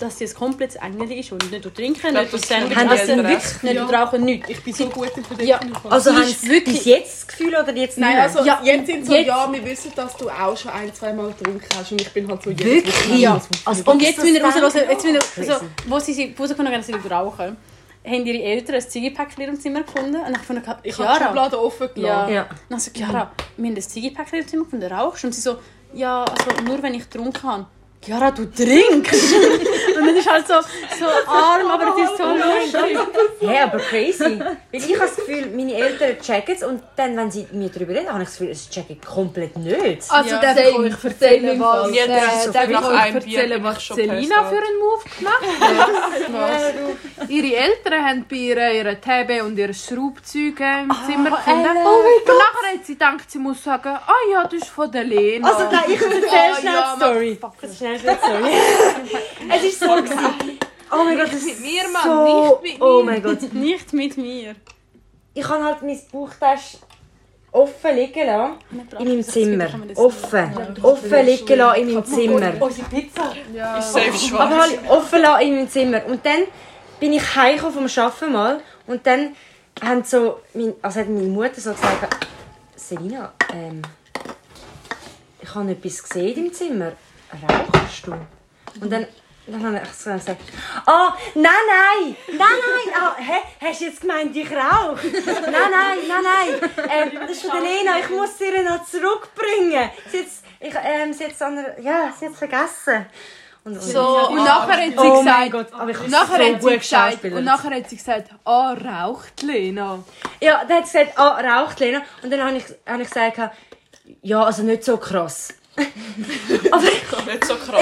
Speaker 1: dass sie ein komplettes Engel ist und nicht trinken,
Speaker 6: glaub,
Speaker 1: nicht
Speaker 6: das
Speaker 1: Sandwich
Speaker 6: haben die
Speaker 1: essen,
Speaker 6: Eltern
Speaker 1: nicht, nicht rauchen, nichts.
Speaker 9: Ich bin so gut im Verdecken.
Speaker 1: Ja,
Speaker 2: Also
Speaker 1: Sie
Speaker 2: haben
Speaker 1: ist
Speaker 2: sie
Speaker 1: wirklich-
Speaker 2: bis jetzt das Gefühl oder jetzt
Speaker 9: Nein,
Speaker 2: nicht?
Speaker 9: also
Speaker 1: Ja,
Speaker 9: jetzt sind so,
Speaker 1: jetzt-
Speaker 9: ja, wir wissen, dass du auch schon ein, zwei Mal getrunken hast und ich bin halt so jetzt.
Speaker 2: Wirklich? Ja. Also,
Speaker 1: Und jetzt müssen wir raushören, jetzt müssen wir,
Speaker 2: Crazy.
Speaker 1: also, wo sie sie rausgefunden haben, dass sie nicht rauchen, haben ihre Eltern ein Ziegepäckchen in ihrem Zimmer gefunden. Und ich fand,
Speaker 9: Ich habe die
Speaker 1: Chiara,
Speaker 9: Schublade offen
Speaker 1: ja.
Speaker 9: gelassen.
Speaker 2: Ja.
Speaker 1: Und dann so, Chiara, wir haben ein Ziegepäckchen im Zimmer gefunden, rauchst? Und sie so, ja, also nur wenn ich getrunken habe. Chiara, du trinkst! und dann ist halt so, so arm, aber es ist so lustig.
Speaker 2: Hä, hey, aber crazy. Weil ich habe das Gefühl, meine Eltern checken es und dann, wenn sie mit mir darüber reden, habe ich das Gefühl, es checken komplett nicht.
Speaker 5: Also, ja, darf ich euch erzählen, was, äh,
Speaker 6: Jeder
Speaker 5: darf ich
Speaker 6: nach
Speaker 5: euch
Speaker 6: einem Bier
Speaker 5: erzählen,
Speaker 6: bin ich
Speaker 5: was
Speaker 6: schon
Speaker 5: Selina
Speaker 6: pissed
Speaker 5: für einen Move gemacht hat? ihre Eltern haben bei ihr ihre Tebe und ihre Schraubzeuge im Zimmer gefunden. und nachher Oh, hat sie gedacht, sie muss sagen, ah ja, das ist von der Lena.
Speaker 2: Also nein, ich erzähle schnell die Story. Das schnell schnell die Story. es ist so gewesen. Oh mein Gott, das ist
Speaker 5: mir, Mann,
Speaker 2: so...
Speaker 5: nicht mit
Speaker 2: Oh mein Gott.
Speaker 1: Nicht mit mir.
Speaker 2: Ich habe halt mein Bauchtasche offen liegen lassen. In meinem Zimmer. Offen. Offen liegen lassen in meinem Zimmer.
Speaker 1: Unsere Pizza.
Speaker 6: Ist safe
Speaker 2: Aber
Speaker 6: schwarz.
Speaker 2: halt offen lassen in meinem Zimmer. Und dann bin ich heimgekommen vom Arbeiten mal. Und dann haben so mein, also hat meine Mutter so gesagt, Selina, ähm, ich habe etwas gesehen im Zimmer. Rauchst du? Und dann, dann habe ich so gesagt, oh, nein, nein, nein, nein, oh, hä, hast du jetzt gemeint, ich rauche? Nein, nein, nein, nein, ähm, das ist von der Lena, ich muss sie ihr noch zurückbringen. Sie hat es- ich, ähm, sie hat's an der- ja, sie hat's vergessen. Und, und
Speaker 7: So, und nachher hat sie
Speaker 2: oh
Speaker 7: gesagt,
Speaker 2: mein Gott, aber ich habe
Speaker 7: nachher
Speaker 2: so
Speaker 7: hat sie
Speaker 2: gut
Speaker 7: gesagt,
Speaker 2: geschauspielert.
Speaker 7: und nachher hat sie gesagt, ah, raucht Lena.
Speaker 2: Ja, dann hat sie gesagt, ah, raucht Lena. Und dann habe ich, habe ich gesagt, ja, also nicht so krass. aber,
Speaker 6: Nicht so
Speaker 2: Oh,
Speaker 6: krass.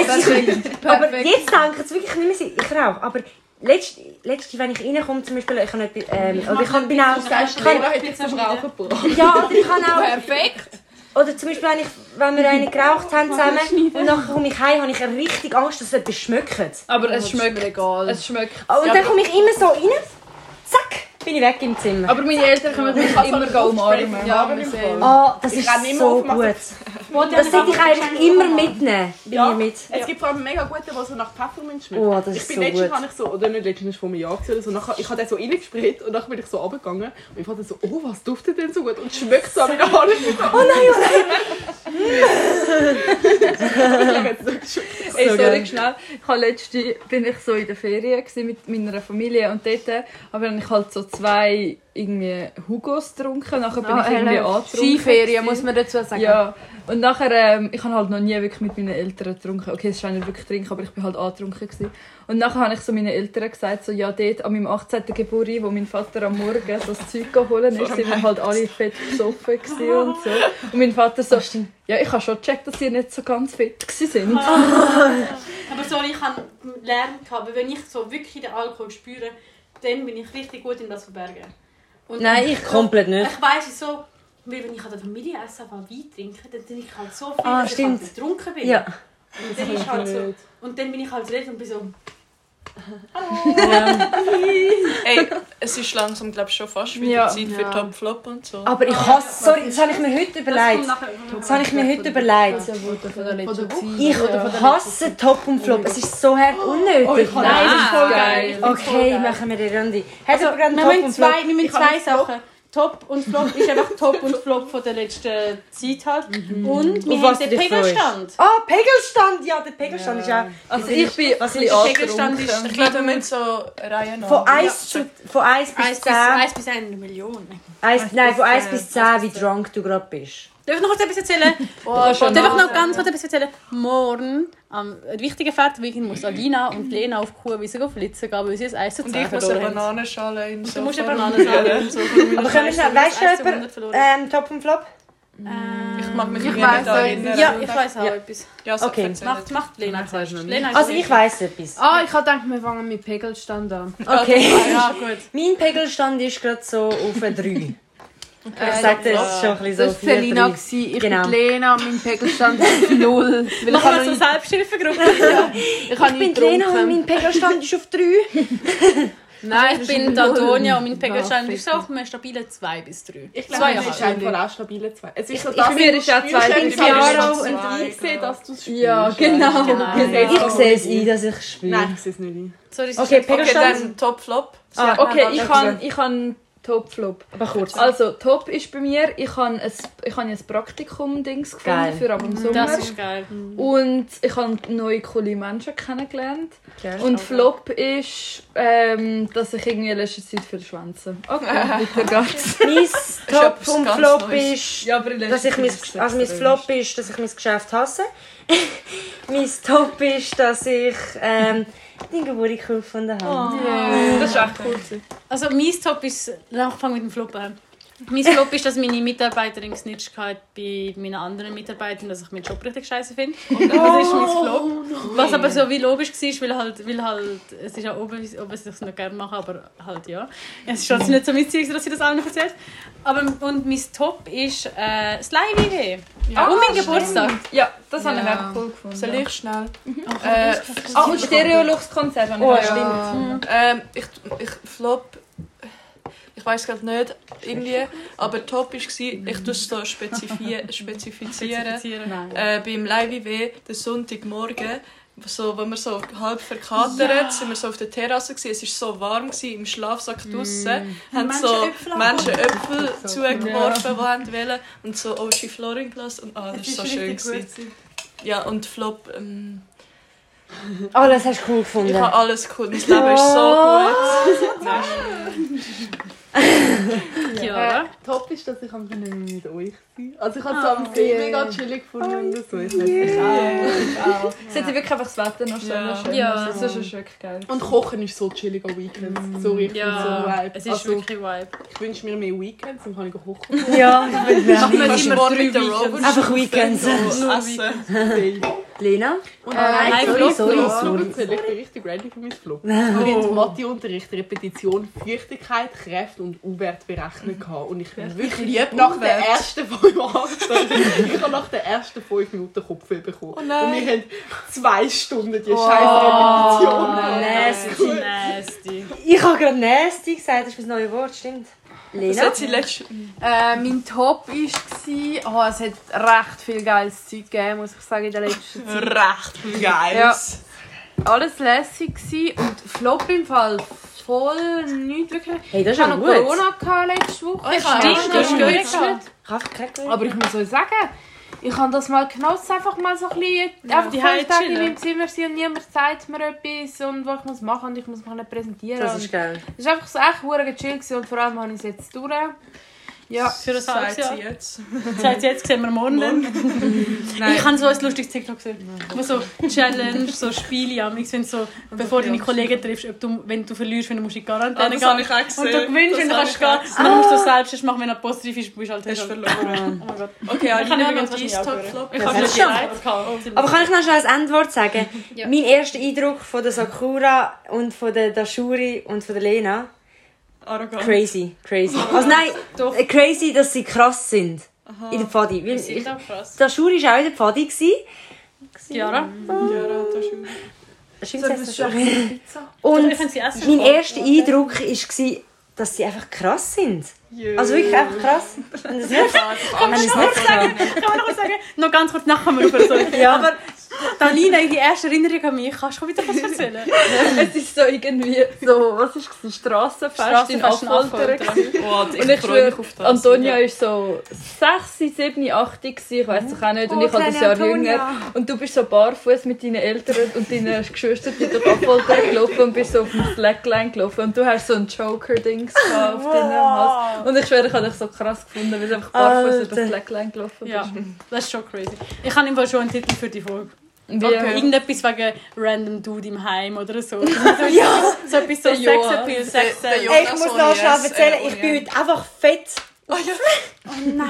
Speaker 2: aber jetzt denken sie wirklich nicht mehr, sie- ich rauche. Aber letzte, letzte, wenn ich reinkomme, zum Beispiel, ich habe nicht, ähm, oder ich habe, bin auch, ich habe,
Speaker 6: hätte jetzt zum Rauchen
Speaker 2: ja, oder ich habe auch,
Speaker 7: Perfekt.
Speaker 2: oder zum Beispiel, wenn, ich, wenn wir einen geraucht haben zusammen und nachher komme ich heim, habe ich richtig Angst, dass es etwas schmeckt.
Speaker 4: Aber es schmeckt. Es schmeckt.
Speaker 2: Und dann komme ich immer so rein, zack, bin ich weg im Zimmer.
Speaker 4: Aber meine Eltern können mich immer umarmen. Ja, wir sehen.
Speaker 2: Oh, das ist so gut. Das sollte ich eigentlich immer mitnehmen. Bin
Speaker 9: Ja.
Speaker 2: ich mit.
Speaker 9: Es gibt vor allem mega gute, die so nach Pfefferminz schmecken.
Speaker 2: Oh, das
Speaker 9: ich
Speaker 2: ist
Speaker 9: bin
Speaker 2: so
Speaker 9: letztens
Speaker 2: gut.
Speaker 9: habe ich so, oder nicht letztens das ist vor einem Jahr gewesen oder so, nachher, ich habe den so reingespritzt und dann bin ich so runtergegangen und ich fand so, oh, was duftet denn so gut und schmeckt so an meiner Hand. Oh
Speaker 2: oh
Speaker 9: nein, oh nein!
Speaker 4: Ey, sorry, schnell. Ich habe letzte bin ich so in der Ferien gewesen mit meiner Familie und dort aber ich halt so zwei irgendwie Hugos getrunken. Nachher bin ich irgendwie angetrunken.
Speaker 7: Skiferien,
Speaker 4: gewesen.
Speaker 7: muss man dazu sagen.
Speaker 4: Ah, Ja, und nachher, ähm, ich habe halt noch nie wirklich mit meinen Eltern getrunken. Okay, es ist nicht wirklich trinken, aber ich bin halt angetrunken. Gewesen. Und nachher habe ich so meinen Eltern gesagt, so, ja, dort an meinem 18. Geburtstag, wo mein Vater am Morgen so das Zeug geholt ist, sind wir halt alle fett besoffen gewesen und so. Und mein Vater so, ja, ich habe schon gecheckt, dass ihr nicht so ganz fett gewesen sind.
Speaker 1: Aber sorry, ich habe gelernt, aber wenn ich so wirklich den Alkohol spüre, dann bin ich richtig gut in das Verbergen. Und
Speaker 2: Nein, ich komplett nicht.
Speaker 1: Ich weiss es so, weil wenn ich an der Familie esse, anfange Wein trinke, dann trinke ich halt so viel,
Speaker 2: Ah,
Speaker 1: dass
Speaker 2: stimmt.
Speaker 1: ich halt betrunken bin.
Speaker 2: Ja.
Speaker 1: Und, dann ist halt so, und dann bin ich halt reden und bin so,
Speaker 6: Ey, es ist langsam, glaube ich, schon fast wieder
Speaker 4: Ja.
Speaker 6: Zeit für Top-Flop und so.
Speaker 2: Aber ich hasse, sorry, das habe ich mir heute überlegt. Das habe ich mir heute überlegt. Ich hasse Top und Flop. Es ist so
Speaker 1: Oh,
Speaker 2: hart unnötig.
Speaker 1: nein, das ist voll geil. Also,
Speaker 2: Okay, machen wir eine Runde. Hast du aber gerade
Speaker 1: Wir
Speaker 2: Top
Speaker 1: müssen
Speaker 2: und Flop?
Speaker 1: zwei, wir müssen zwei Sachen. Top und Flop ist einfach Top und Flop von der letzten Zeit halt. Und wir
Speaker 2: Auf
Speaker 1: haben
Speaker 2: was
Speaker 1: den
Speaker 2: du dich
Speaker 1: Pegelstand.
Speaker 2: Ah, Pegelstand! Ja, der Pegelstand ist auch...
Speaker 4: Also ich bin ein
Speaker 2: Was
Speaker 4: bisschen
Speaker 2: ist-
Speaker 1: Pegelstand
Speaker 4: angetrunken.
Speaker 1: ist
Speaker 6: Ich glaube, wir müssen so Reihen
Speaker 2: Von 1 zu... Von 1 bis
Speaker 1: 1 bis,
Speaker 2: 10.
Speaker 1: 1 bis 1 Million.
Speaker 2: Eins- Nein, von 1 bis 10, wie drunk du gerade bist.
Speaker 1: Darf ich noch kurz etwas erzählen?
Speaker 9: Oh,
Speaker 1: Darf ich noch ganz kurz etwas erzählen? Morgen, am wichtigen Fahrtwegen, muss Alina und Lena auf Kuhwiese flitzen gehen, weil sie ein Eis zu
Speaker 6: Und ich muss eine Bananenschale in so.
Speaker 1: Du musst eine Banane haben.
Speaker 2: Aber können wir schnell... Weißt du jemand ähm, Top und Flop?
Speaker 6: Ich mag mich irgendwie
Speaker 7: weiss
Speaker 6: nicht erinnern.
Speaker 1: Ähm, Ja, ich weiss auch etwas.
Speaker 6: ja so
Speaker 2: Okay.
Speaker 6: erzähl.
Speaker 1: Macht, macht Lena zuerst. Lena ist
Speaker 2: Also
Speaker 1: die-
Speaker 2: ich weiss etwas.
Speaker 7: Ah, ich habe gedacht, wir fangen mit Pegelstand an.
Speaker 2: Okay.
Speaker 1: Ja, gut.
Speaker 2: Mein Pegelstand ist gerade so auf 3.
Speaker 1: Äh,
Speaker 2: Ich sag dir, das ist schon ein bisschen so
Speaker 7: Das war
Speaker 2: vier,
Speaker 7: Selina,
Speaker 2: drei.
Speaker 7: gewesen, ich
Speaker 2: Genau.
Speaker 7: bin Lena und mein Pegelstand ist null. Weil ich
Speaker 1: Machen
Speaker 7: habe
Speaker 1: wir
Speaker 7: noch
Speaker 1: so
Speaker 7: nie-
Speaker 1: Selbsthilfegruppe.
Speaker 7: ich habe nie
Speaker 2: Ich bin Lena und
Speaker 7: getrunken.
Speaker 2: mein Pegelstand ist auf 3.
Speaker 1: Nein, ich bin Antonia und mein Pegelstein
Speaker 7: Ja,
Speaker 1: ist auf einem stabilen 2 bis 3.
Speaker 9: Ich glaube, das ist
Speaker 1: Zweieinhalb.
Speaker 9: einfach auch stabile zwei. Es ist so,
Speaker 4: Bei mir ist auch zwei,
Speaker 9: Ich
Speaker 4: drei, vier.
Speaker 9: sehe, dass du es spürst.
Speaker 4: Ja, genau.
Speaker 2: Ich sehe es ein, dass ich spüre.
Speaker 9: Nein, ich sehe es nicht. ein.
Speaker 1: Sorry, es ist
Speaker 2: Okay,
Speaker 1: nicht-
Speaker 6: Okay,
Speaker 2: Pegelstand.
Speaker 6: dann Top-Flop.
Speaker 2: Ah,
Speaker 4: Okay, ich kann, ich kann Top-Flop.
Speaker 2: Aber kurz.
Speaker 4: Also, top ist bei mir, ich habe ein, ich habe ein Praktikum-Dings gefunden
Speaker 2: Geil.
Speaker 4: für ab dem Sommer.
Speaker 1: Das ist geil.
Speaker 4: Und ich habe neue coole Menschen kennengelernt. Und Flop ist, ähm, dass ich irgendwie in letzter Zeit viel schwänze. Okay, weiter geht's.
Speaker 2: Mein Top
Speaker 6: etwas
Speaker 2: und
Speaker 6: ganz
Speaker 2: Flop
Speaker 6: Neues.
Speaker 2: ist,
Speaker 4: Ja, aber in letzter
Speaker 2: dass ich mein,
Speaker 4: ist es
Speaker 2: also mein
Speaker 4: extrem.
Speaker 2: Flop ist, dass ich mein Geschäft hasse. mein Top ist, dass ich ähm, den Geburtstag cool gefunden habe.
Speaker 4: Das ist echt cool.
Speaker 1: Also mein Top ist, Nein, ich fange mit dem Flop an. Mein Flop ist, dass meine Mitarbeiterin gesnitcht hat bei meinen anderen Mitarbeitern, dass ich meinen Job richtig scheiße finde. Das ist mein Flop. Was aber so wie logisch war, weil halt, weil halt es ist ja oben, ob sie es noch gerne machen, aber halt ja. Es ist trotzdem nicht so witzig, dass sie das allen erzählt. Aber und mein Top ist äh, das Live-IW.
Speaker 9: Ah,
Speaker 1: und mein Geburtstag.
Speaker 4: Ja, das habe ich echt cool
Speaker 9: Mhm.
Speaker 4: gefunden.
Speaker 6: Soll ich schnell?
Speaker 4: Äh, ah, und Stereolux-Konzert habe ich
Speaker 2: Oh,
Speaker 4: auch
Speaker 2: stimmt.
Speaker 6: Ähm, ich, ich flop. Ich weiß gerade nicht, irgendwie. Aber top war, ich tue es so spezifi- spezifizieren.
Speaker 1: Nein.
Speaker 6: äh, beim Live-IW, den Sonntagmorgen, so, wo wir so halb verkatert sind, wir so auf der Terrasse gewesen. es war so warm gewesen, im Schlafsack draussen, haben so Menschen Äpfel zugeworfen, die haben wollen und so Ocean Flooring gelassen und ah, das war so schön. Gewesen. Ja, und Flop, ähm,
Speaker 2: Alles Oh, hast du cool
Speaker 6: Ich
Speaker 2: gefunden.
Speaker 6: habe alles cool. Mein Leben ist so gut. Nein,
Speaker 1: Ja.
Speaker 9: Top ist, dass ich am Ende mit euch sein Also ich habe es am See mega chillig gefunden und so. Ich weiß nicht.
Speaker 4: Wow. Es hätte wirklich einfach das Wetter noch Mhm. schöner.
Speaker 6: Ja.
Speaker 4: schöner.
Speaker 1: Ja.
Speaker 4: Das ist wirklich geil.
Speaker 9: Und Kochen ist so chillig an Weekends. So richtig so
Speaker 1: Ja,
Speaker 9: vibe.
Speaker 1: es ist
Speaker 9: also,
Speaker 1: wirklich Vibe.
Speaker 9: ich wünsche mir mehr Weekends, dann kann ich kochen.
Speaker 2: Ja, ich bin
Speaker 6: ich kann immer mit der Robin
Speaker 2: Einfach Weekends.
Speaker 6: essen.
Speaker 2: Lena?
Speaker 9: Äh,
Speaker 1: Nein,
Speaker 2: sorry,
Speaker 1: Flop,
Speaker 2: sorry,
Speaker 1: Flop.
Speaker 2: sorry.
Speaker 9: Ich bin richtig ready für mein Flop. Ich habe in Matheunterricht Repetition, Feuchtigkeit, Kräfte und U-Wert berechnen. gehabt. Und ich bin wirklich lieb nach der ersten fünf Minuten. Ich habe nach den ersten fünf Minuten Kopfweh bekommen. Und wir haben zwei Stunden die scheiß
Speaker 6: Oh,
Speaker 9: Repetition.
Speaker 2: Oh, Nasty.
Speaker 1: Nasty.
Speaker 2: Ich habe gerade nasty gesagt, das ist mein neues Wort, stimmt.
Speaker 6: Das
Speaker 2: Lena?
Speaker 6: hat sie letztes
Speaker 7: Äh, mein Top war, oh, es hat recht viel geiles Zeug gegeben, muss ich sagen, in der letzten Zeit.
Speaker 6: Recht viel geil.
Speaker 7: Ja. Alles lässig gewesen und Flop im Fall voll nicht wirklich.
Speaker 2: Hey, das
Speaker 7: Ich
Speaker 2: ist
Speaker 7: hatte
Speaker 2: auch
Speaker 7: noch
Speaker 2: gut.
Speaker 7: Corona gehabt letzte Woche. Ich
Speaker 1: stimmt, das ist gut.
Speaker 2: Ich habe kein Corona.
Speaker 7: Aber ich muss euch sagen, ich habe das mal genossen, einfach mal so ein bisschen, einfach
Speaker 1: die
Speaker 7: fünf Tage in
Speaker 1: chillen.
Speaker 7: meinem Zimmer sein und niemand zeigt mir etwas und was ich muss machen und ich muss mich nicht präsentieren.
Speaker 2: Das
Speaker 7: Und
Speaker 2: ist geil.
Speaker 7: es war einfach so echt verdammt chill gewesen und vor allem habe ich es jetzt durch. Ja,
Speaker 1: Für ein halbes
Speaker 6: Sagt
Speaker 1: Jahr.
Speaker 6: sie jetzt.
Speaker 1: Das heißt, jetzt sehen wir morgen. Ich habe so ein lustiges TikTok gesehen. Wo so Challenge, so Spiele, amix, wenn
Speaker 6: Also
Speaker 1: so, bevor du deine Kollegen triffst, ob du, wenn du verlierst, wenn du musst in
Speaker 6: Ah,
Speaker 1: Quarantäne
Speaker 6: das habe
Speaker 1: gehen.
Speaker 6: ich auch
Speaker 1: Und du
Speaker 6: gesehen.
Speaker 1: gewinnst, wenn du kannst
Speaker 6: Das habe
Speaker 1: gehen. Und dann musst du so selbst machen, wenn du positiv ist, bist du halt
Speaker 6: Hast
Speaker 1: halt-
Speaker 6: verloren.
Speaker 1: Oh mein Gott.
Speaker 6: Okay, Alina
Speaker 1: übrigens
Speaker 6: hat dein
Speaker 1: wahrscheinlich auch
Speaker 6: Top-Flop. Ich
Speaker 2: Das
Speaker 6: habe
Speaker 2: ist
Speaker 6: nicht
Speaker 2: schon.
Speaker 6: gedacht.
Speaker 2: Aber kann ich noch schnell ein Endwort sagen? Mein erster Eindruck von der Sakura und von der Dashuri und von der Lena?
Speaker 6: Arrogant.
Speaker 2: Crazy, crazy. Also nein,
Speaker 1: Doch.
Speaker 2: äh, crazy, dass sie krass sind. In der Pfadi. Weil
Speaker 1: sind
Speaker 2: ich,
Speaker 1: auch krass.
Speaker 2: Dashuri war auch in der Pfadi. gewesen.
Speaker 1: Chiara?
Speaker 6: Ja, das ist schon.
Speaker 2: Stimmt, das heisst Dashuri. Und
Speaker 1: Ich kann sie essen.
Speaker 2: mein erster Eindruck war, dass sie einfach krass sind. Also wirklich einfach krass. Und das ist Haben sie es nicht gehabt.
Speaker 1: Kann man noch kurz sagen? Noch ganz kurz nachher mal über so.
Speaker 2: Ja, aber
Speaker 1: Alina, die erste Erinnerung an mich, kannst du schon wieder was erzählen?
Speaker 4: Es ist so irgendwie so, was ist das? Strassenfest, in
Speaker 1: Strassenfest in
Speaker 4: Affolter.
Speaker 1: Affolter.
Speaker 4: gewesen.
Speaker 6: Oh, ich
Speaker 4: Und ich
Speaker 6: freue mich
Speaker 4: schwöre,
Speaker 6: auf das.
Speaker 4: Antonia war so 6, 7, 8, gewesen, ich weiß doch auch
Speaker 1: Oh,
Speaker 4: nicht, und ich halt ein Jahr jünger. Und du bist so barfuß mit deinen Eltern und deinen Geschwistern die durch Abfolter gelaufen und bist so auf dem Slackline gelaufen. Und du hast so ein Joker-Dings gehabt auf deinem Hals. Und ich schwöre, ich habe dich so krass gefunden, weil du einfach barfuß über
Speaker 2: Alter.
Speaker 4: das Slackline gelaufen bist.
Speaker 1: Ja, das ist schon crazy. Ich habe im Fall schon einen Titel für die Folge.
Speaker 4: Wie, ähm,
Speaker 1: Irgendetwas wegen Random Dude im Heim oder so. ja. So etwas so
Speaker 4: Der Johann.
Speaker 1: Sexappeal, Sex
Speaker 6: der
Speaker 1: Sales.
Speaker 6: Johann.
Speaker 2: ey, ich muss noch schnell erzählen, ich bin heute einfach fett. Oh nein.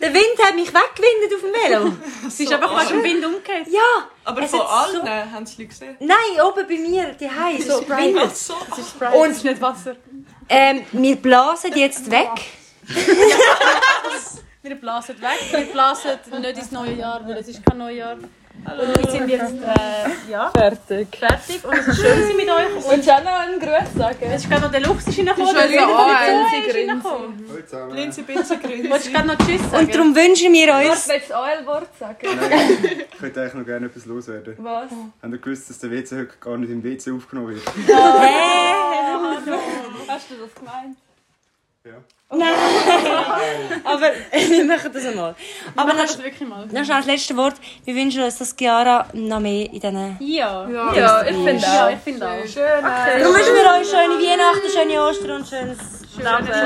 Speaker 2: Der Wind hat mich weggewindet auf dem Velo.
Speaker 1: Sie ist einfach fast im Wind umgekehrt.
Speaker 2: Ja,
Speaker 6: Aber
Speaker 2: also, Es
Speaker 6: von
Speaker 2: hat
Speaker 6: allen
Speaker 2: so-
Speaker 6: haben sie gesehen.
Speaker 2: nein, oben bei mir, die so Wind.
Speaker 6: So,
Speaker 1: Und es ist nicht Wasser.
Speaker 2: Ähm, wir blasen jetzt weg.
Speaker 1: Wir blasen weg. Wir blasen nicht ins neue Jahr, weil es ist kein Neujahr. Und wir sind jetzt äh, ja,
Speaker 4: fertig.
Speaker 1: fertig und es ist schön gewesen mit euch. Und
Speaker 4: Willst du auch noch einen Gruß sagen?
Speaker 1: es ist gerade noch der Luchs ist reingekommen.
Speaker 4: Das ist
Speaker 1: der
Speaker 4: unser
Speaker 1: Rüdiger von der
Speaker 4: Ohr.
Speaker 1: Zoe ist
Speaker 4: Grinsi,
Speaker 1: reingekommen.
Speaker 12: Hallo zusammen.
Speaker 6: Linse, Binse,
Speaker 1: Wolltest du gerade noch Tschüss sagen?
Speaker 2: Und darum wünschen wir uns...
Speaker 4: Willst du auch ein Wort sagen?
Speaker 12: Nein, ich könnte eigentlich noch gerne etwas loswerden.
Speaker 4: Was?
Speaker 12: Habt ihr gewusst, dass der WC heute gar nicht im WC aufgenommen wird?
Speaker 2: äh,
Speaker 4: Hast du das gemeint?
Speaker 2: Aber wir machen das einmal. Aber noch,
Speaker 1: Das wirklich mal.
Speaker 2: noch schnell das letzte Wort. Wir wünschen uns, dass Chiara noch mehr in diesen...
Speaker 1: Ja. Ja,
Speaker 4: Ja, ich finde auch.
Speaker 1: ich finde auch.
Speaker 2: Darum wünschen wir euch schöne Weihnachten, schöne Ostern und schönes...
Speaker 1: Danke.